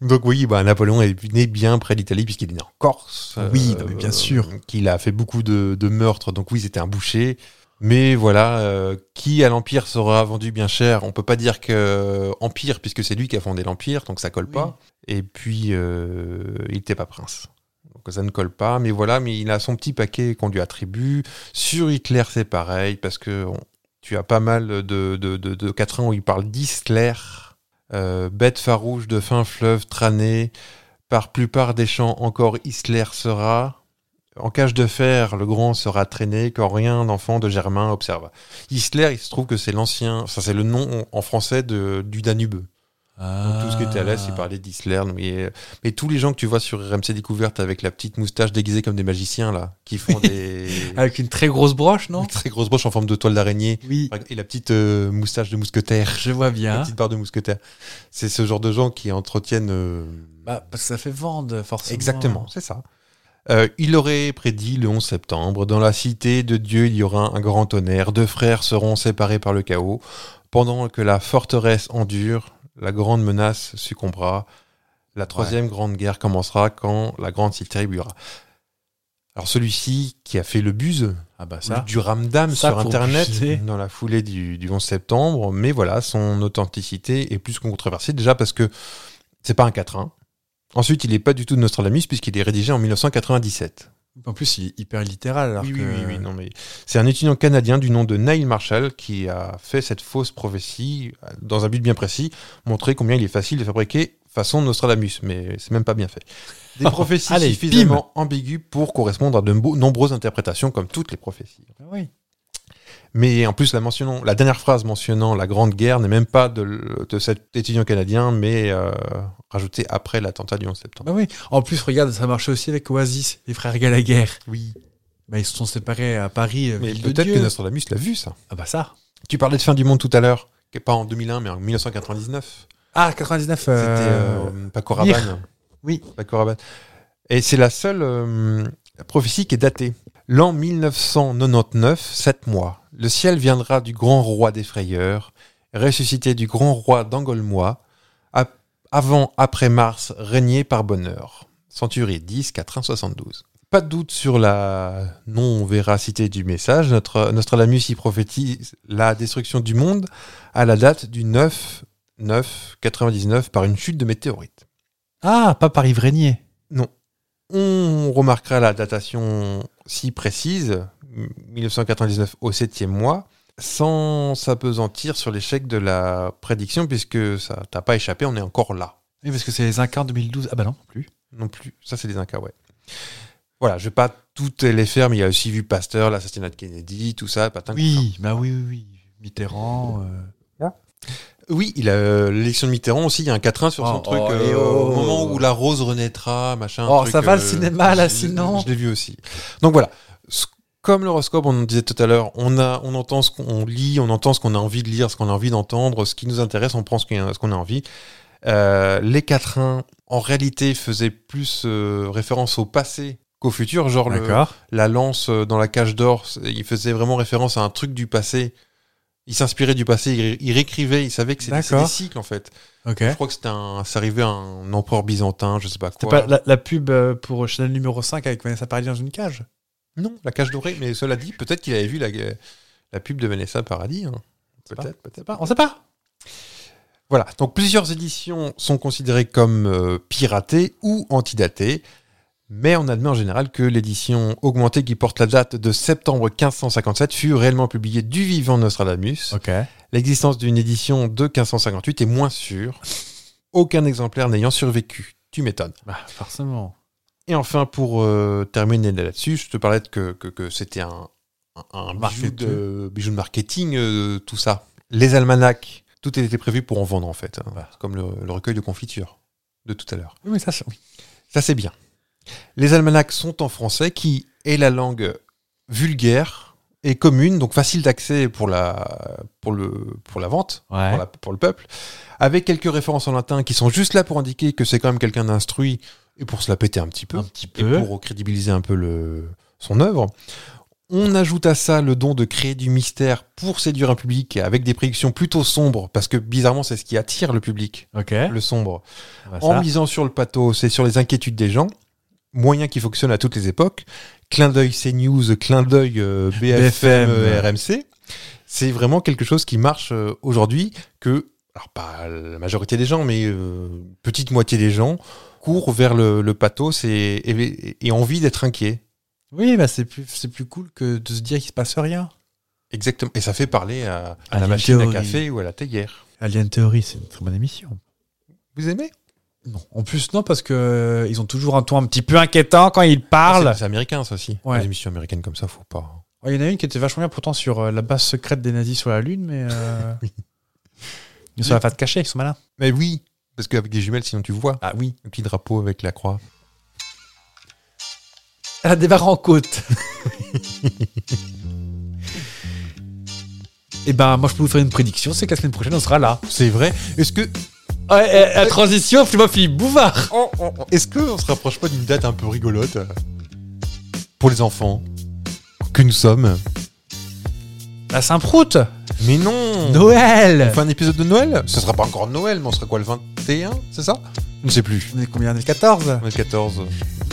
B: Donc oui, bah, Napoléon est né bien près d'Italie puisqu'il est né en Corse. euh,
A: Oui, non, mais bien sûr.
B: Qu'il a fait beaucoup de, de meurtres, donc oui, c'était un boucher. Mais voilà, euh, qui à l'Empire sera vendu bien cher On peut pas dire que euh, Empire, puisque c'est lui qui a fondé l'Empire, donc ça colle pas. Et puis, euh, il n'était pas prince. Donc ça ne colle pas. Mais voilà, mais il a son petit paquet qu'on lui attribue. Sur Hitler, c'est pareil, parce que on- tu as pas mal de, de, de, 4 ans où il parle d'Hitler. Euh, bête farouche de fin fleuve traînée, par plupart des champs encore Isler sera. En cage de fer, le grand sera traîné, quand rien d'enfant de Germain observa. Isler, il se trouve que c'est l'ancien, ça c'est le nom en français de, du Danube.
A: Ah.
B: Donc, tout ce qui était à l'Est, il parlait d'Isler. Mais, mais tous les gens que tu vois sur RMC Découverte avec la petite moustache déguisée comme des magiciens, là, qui font des
A: Avec une très grosse broche, non
B: des très grosses broches en forme de toile d'araignée
A: Oui,
B: et la petite euh, moustache de mousquetaire.
A: je vois
B: La
A: bien.
B: petite barre de mousquetaire. C'est ce genre de gens qui entretiennent. euh,
A: Bah, parce que ça fait vendre, forcément.
B: Exactement, c'est ça. Euh, il aurait prédit le 11 septembre Dans la cité de Dieu, il y aura un grand tonnerre. Deux frères seront séparés par le chaos. Pendant que la forteresse endure, la grande menace succombera. La troisième grande guerre commencera quand la grande cité brûlera. Alors celui-ci qui a fait le buse,
A: Ah bah ça.
B: du ramdam
A: Ça,
B: sur
A: pour
B: Internet
A: buter.
B: dans la foulée du, du 11 septembre, mais voilà, son authenticité est plus controversée déjà parce que c'est pas un quatrain. Ensuite, il n'est pas du tout de Nostradamus puisqu'il est rédigé en 1997.
A: En plus, il est hyper littéral. Alors que...
B: non mais c'est un étudiant canadien du nom de Neil Marshall qui a fait cette fausse prophétie dans un but bien précis, montrer combien il est facile de fabriquer façon Nostradamus, mais c'est même pas bien fait. Des prophéties
A: Allez,
B: suffisamment ambiguës pour correspondre à de mo- nombreuses interprétations comme toutes les prophéties.
A: Ah Oui.
B: Mais en plus, la, mentionnant- la dernière phrase mentionnant la Grande Guerre n'est même pas de, l- de cet étudiant canadien, mais euh, rajoutée après l'attentat du 11 septembre.
A: Bah oui. En plus, regarde, ça marchait aussi avec Oasis, les frères Gallagher.
B: Oui.
A: Bah, ils se sont séparés à Paris. euh,
B: Mais
A: ville de
B: peut-être
A: Dieu.
B: que Nostradamus l'a vu, ça.
A: Ah bah ça.
B: Tu parlais de fin du monde tout à l'heure, qui est pas en 2001, mais en 1999.
A: Ah, 99. euh,
B: C'était euh, Paco Rabanne.
A: Oui.
B: Paco Rabanne. Et c'est la seule euh, prophétie qui est datée. L'an 1999, sept mois, le ciel viendra du grand roi des frayeurs, ressuscité du grand roi d'Angolmois, ap- avant, après Mars, régné par bonheur. Century 10 472. Pas de doute sur la non-véracité du message. Notre Nostradamus y prophétise la destruction du monde à la date du 9 9 99 par une chute de météorite.
A: Ah, pas par Yves Régnier.
B: Non. On remarquera la datation si précise, 1999 au septième mois, sans s'apesantir sur l'échec de la prédiction, puisque ça t'a pas échappé, on est encore là.
A: Oui, parce que c'est les Incas en 2012. Ah bah non, non plus.
B: non plus. Ça, c'est des Incas, ouais. Voilà, je vais pas toutes les faire, mais il y a aussi vu Pasteur, l'assassinat de Kennedy, tout ça, patin.
A: Oui, bah oui, oui, oui. Mitterrand. euh,
B: Oui, il a euh, l'élection de Mitterrand aussi, il y a un 4-1 sur son
A: Oh,
B: truc,
A: oh,
B: euh,
A: et oh.
B: au moment où la rose renaîtra, machin.
A: Oh,
B: truc, euh,
A: ça va, le cinéma, là,
B: je-
A: sinon.
B: Je l'ai vu aussi. Donc voilà, Ce- comme l'horoscope, on en disait tout à l'heure, on, a, on entend ce qu'on lit, on entend ce qu'on a envie de lire, ce qu'on a envie d'entendre, ce qui nous intéresse, on prend ce qu'on a, ce qu'on a envie. Euh, les 4-1, en réalité, faisaient plus euh, référence au passé qu'au futur, genre le,
A: D'accord.
B: la lance euh, dans la cage d'or, c'est- il faisait vraiment référence à un truc du passé. Il s'inspirait du passé, il, ré- il réécrivait, il savait que c'était c'est des
A: D'accord.
B: cycles en fait.
A: Ok.
B: Je crois que c'était un, ça arrivait à un empereur byzantin, je sais pas
A: C'était
B: quoi.
A: pas la, la pub euh, pour Chanel numéro 5 avec Vanessa Paradis dans une cage
B: Non, la cage dorée, mais cela dit, peut-être qu'il avait vu la, la pub de Vanessa Paradis. hein. Peut-être, peut-être.
A: C'est pas- On sait pas.
B: Voilà, donc plusieurs éditions sont considérées comme euh, piratées ou antidatées, mais on admet en général que l'édition augmentée qui porte la date de septembre 1557 fut réellement publiée du vivant de Nostradamus.
A: Ok.
B: L'existence d'une édition de 1558 est moins sûre, aucun exemplaire n'ayant survécu. Tu m'étonnes.
A: Bah, forcément.
B: Et enfin, pour euh, terminer là-dessus, je te parlais de que, que- que c'était un, un- un bijou,
A: Marketeux.
B: de, bijou de marketing, euh, tout ça. Les almanachs, tout était prévu pour en vendre en fait, hein.
A: Voilà.
B: C'est comme le, le recueil de confitures de tout à l'heure.
A: Oui, mais ça, c'est- oui.
B: Ça c'est bien. Les almanachs sont en français, qui est la langue vulgaire et commune, donc facile d'accès pour la, pour, le, pour la vente
A: Ouais.
B: pour, la- pour le peuple, avec quelques références en latin qui sont juste là pour indiquer que c'est quand même quelqu'un d'instruit et pour se la péter un petit peu,
A: Un petit
B: et
A: peu.
B: pour crédibiliser un peu le, son œuvre. On ajoute à ça le don de créer du mystère pour séduire un public avec des prédictions plutôt sombres, parce que bizarrement c'est ce qui attire le public,
A: Ok.
B: le sombre,
A: Bah, ça.
B: en misant sur le pathos et sur les inquiétudes des gens, moyen qui fonctionne à toutes les époques, clin d'œil CNews, clin d'œil euh, BFM,
A: BFM,
B: euh,
A: ouais.
B: RMC, c'est vraiment quelque chose qui marche euh, aujourd'hui que, alors pas la majorité des gens, mais euh, une petite moitié des gens courent vers le, le pathos et, et, et ont envie d'être inquiets.
A: Oui, bah, c'est plus, c'est plus cool que de se dire qu'il se passe rien.
B: Exactement. Et ça fait parler à, à
A: À
B: la
A: une
B: machine
A: théorie.
B: à café ou à la théière.
A: Alien Theory, c'est une très bonne émission.
B: Vous aimez
A: Non. En plus, non, parce que euh, ils ont toujours un ton un petit peu inquiétant quand ils parlent.
B: Ah, C'est c'est américain ça aussi.
A: Ouais.
B: Les émissions américaines comme ça, faut pas.
A: Ouais, Il y en a une qui était vachement bien pourtant sur euh, la base secrète des nazis sur la Lune, mais. euh, Ils sont pas de cacher, ils sont malins.
B: Mais oui, parce qu'avec des jumelles, sinon tu vois
A: Ah oui.
B: le petit drapeau avec la croix.
A: Elle a des barres en côte. Et ben, moi, je peux vous faire une prédiction c'est que la semaine prochaine, on sera là.
B: C'est vrai. Est-ce que
A: Ouais, et- et la transition, Fluma Philippe Bouvard.
B: on, on- on- oh, est-ce que on se rapproche pas d'une date un peu rigolote euh, pour les enfants que nous sommes
A: La Saint-Prout.
B: Mais non.
A: Noël.
B: On fait un épisode de Noël Ce sera pas encore Noël, mais on sera quoi le 21 C'est ça Je ne sais plus.
A: On est combien On est le 14
B: Le 14,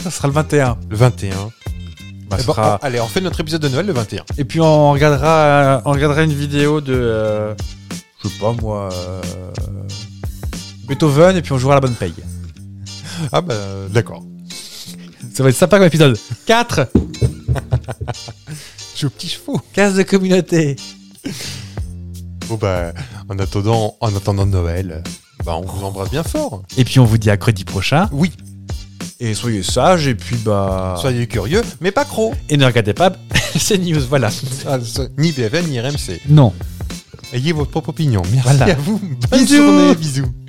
A: Ça sera le 21.
B: le 21.
A: Bah,
B: Eh
A: ce
B: ben,
A: sera-
B: on- allez, on fait notre épisode de Noël le 21.
A: Et puis on regardera, euh, on regardera une vidéo de, euh, je sais pas moi, euh, Beethoven et puis on jouera à la bonne paye.
B: Ah bah euh, d'accord.
A: Ça va être sympa comme épisode. 4
B: Je suis au petit chevaux.
A: Casse de communauté.
B: Bon bah en attendant, en attendant Noël, bah on vous embrasse bien fort.
A: Et puis on vous dit à mercredi prochain.
B: Oui,
A: Et soyez sages et puis bah
B: soyez curieux, mais pas trop.
A: et ne regardez pas ces news. Voilà.
B: Ah, so- ni BFM ni RMC.
A: Non.
B: Ayez votre propre opinion. Merci
A: Voilà.
B: à vous. Bonne
A: Bisous.
B: journée. Bisous.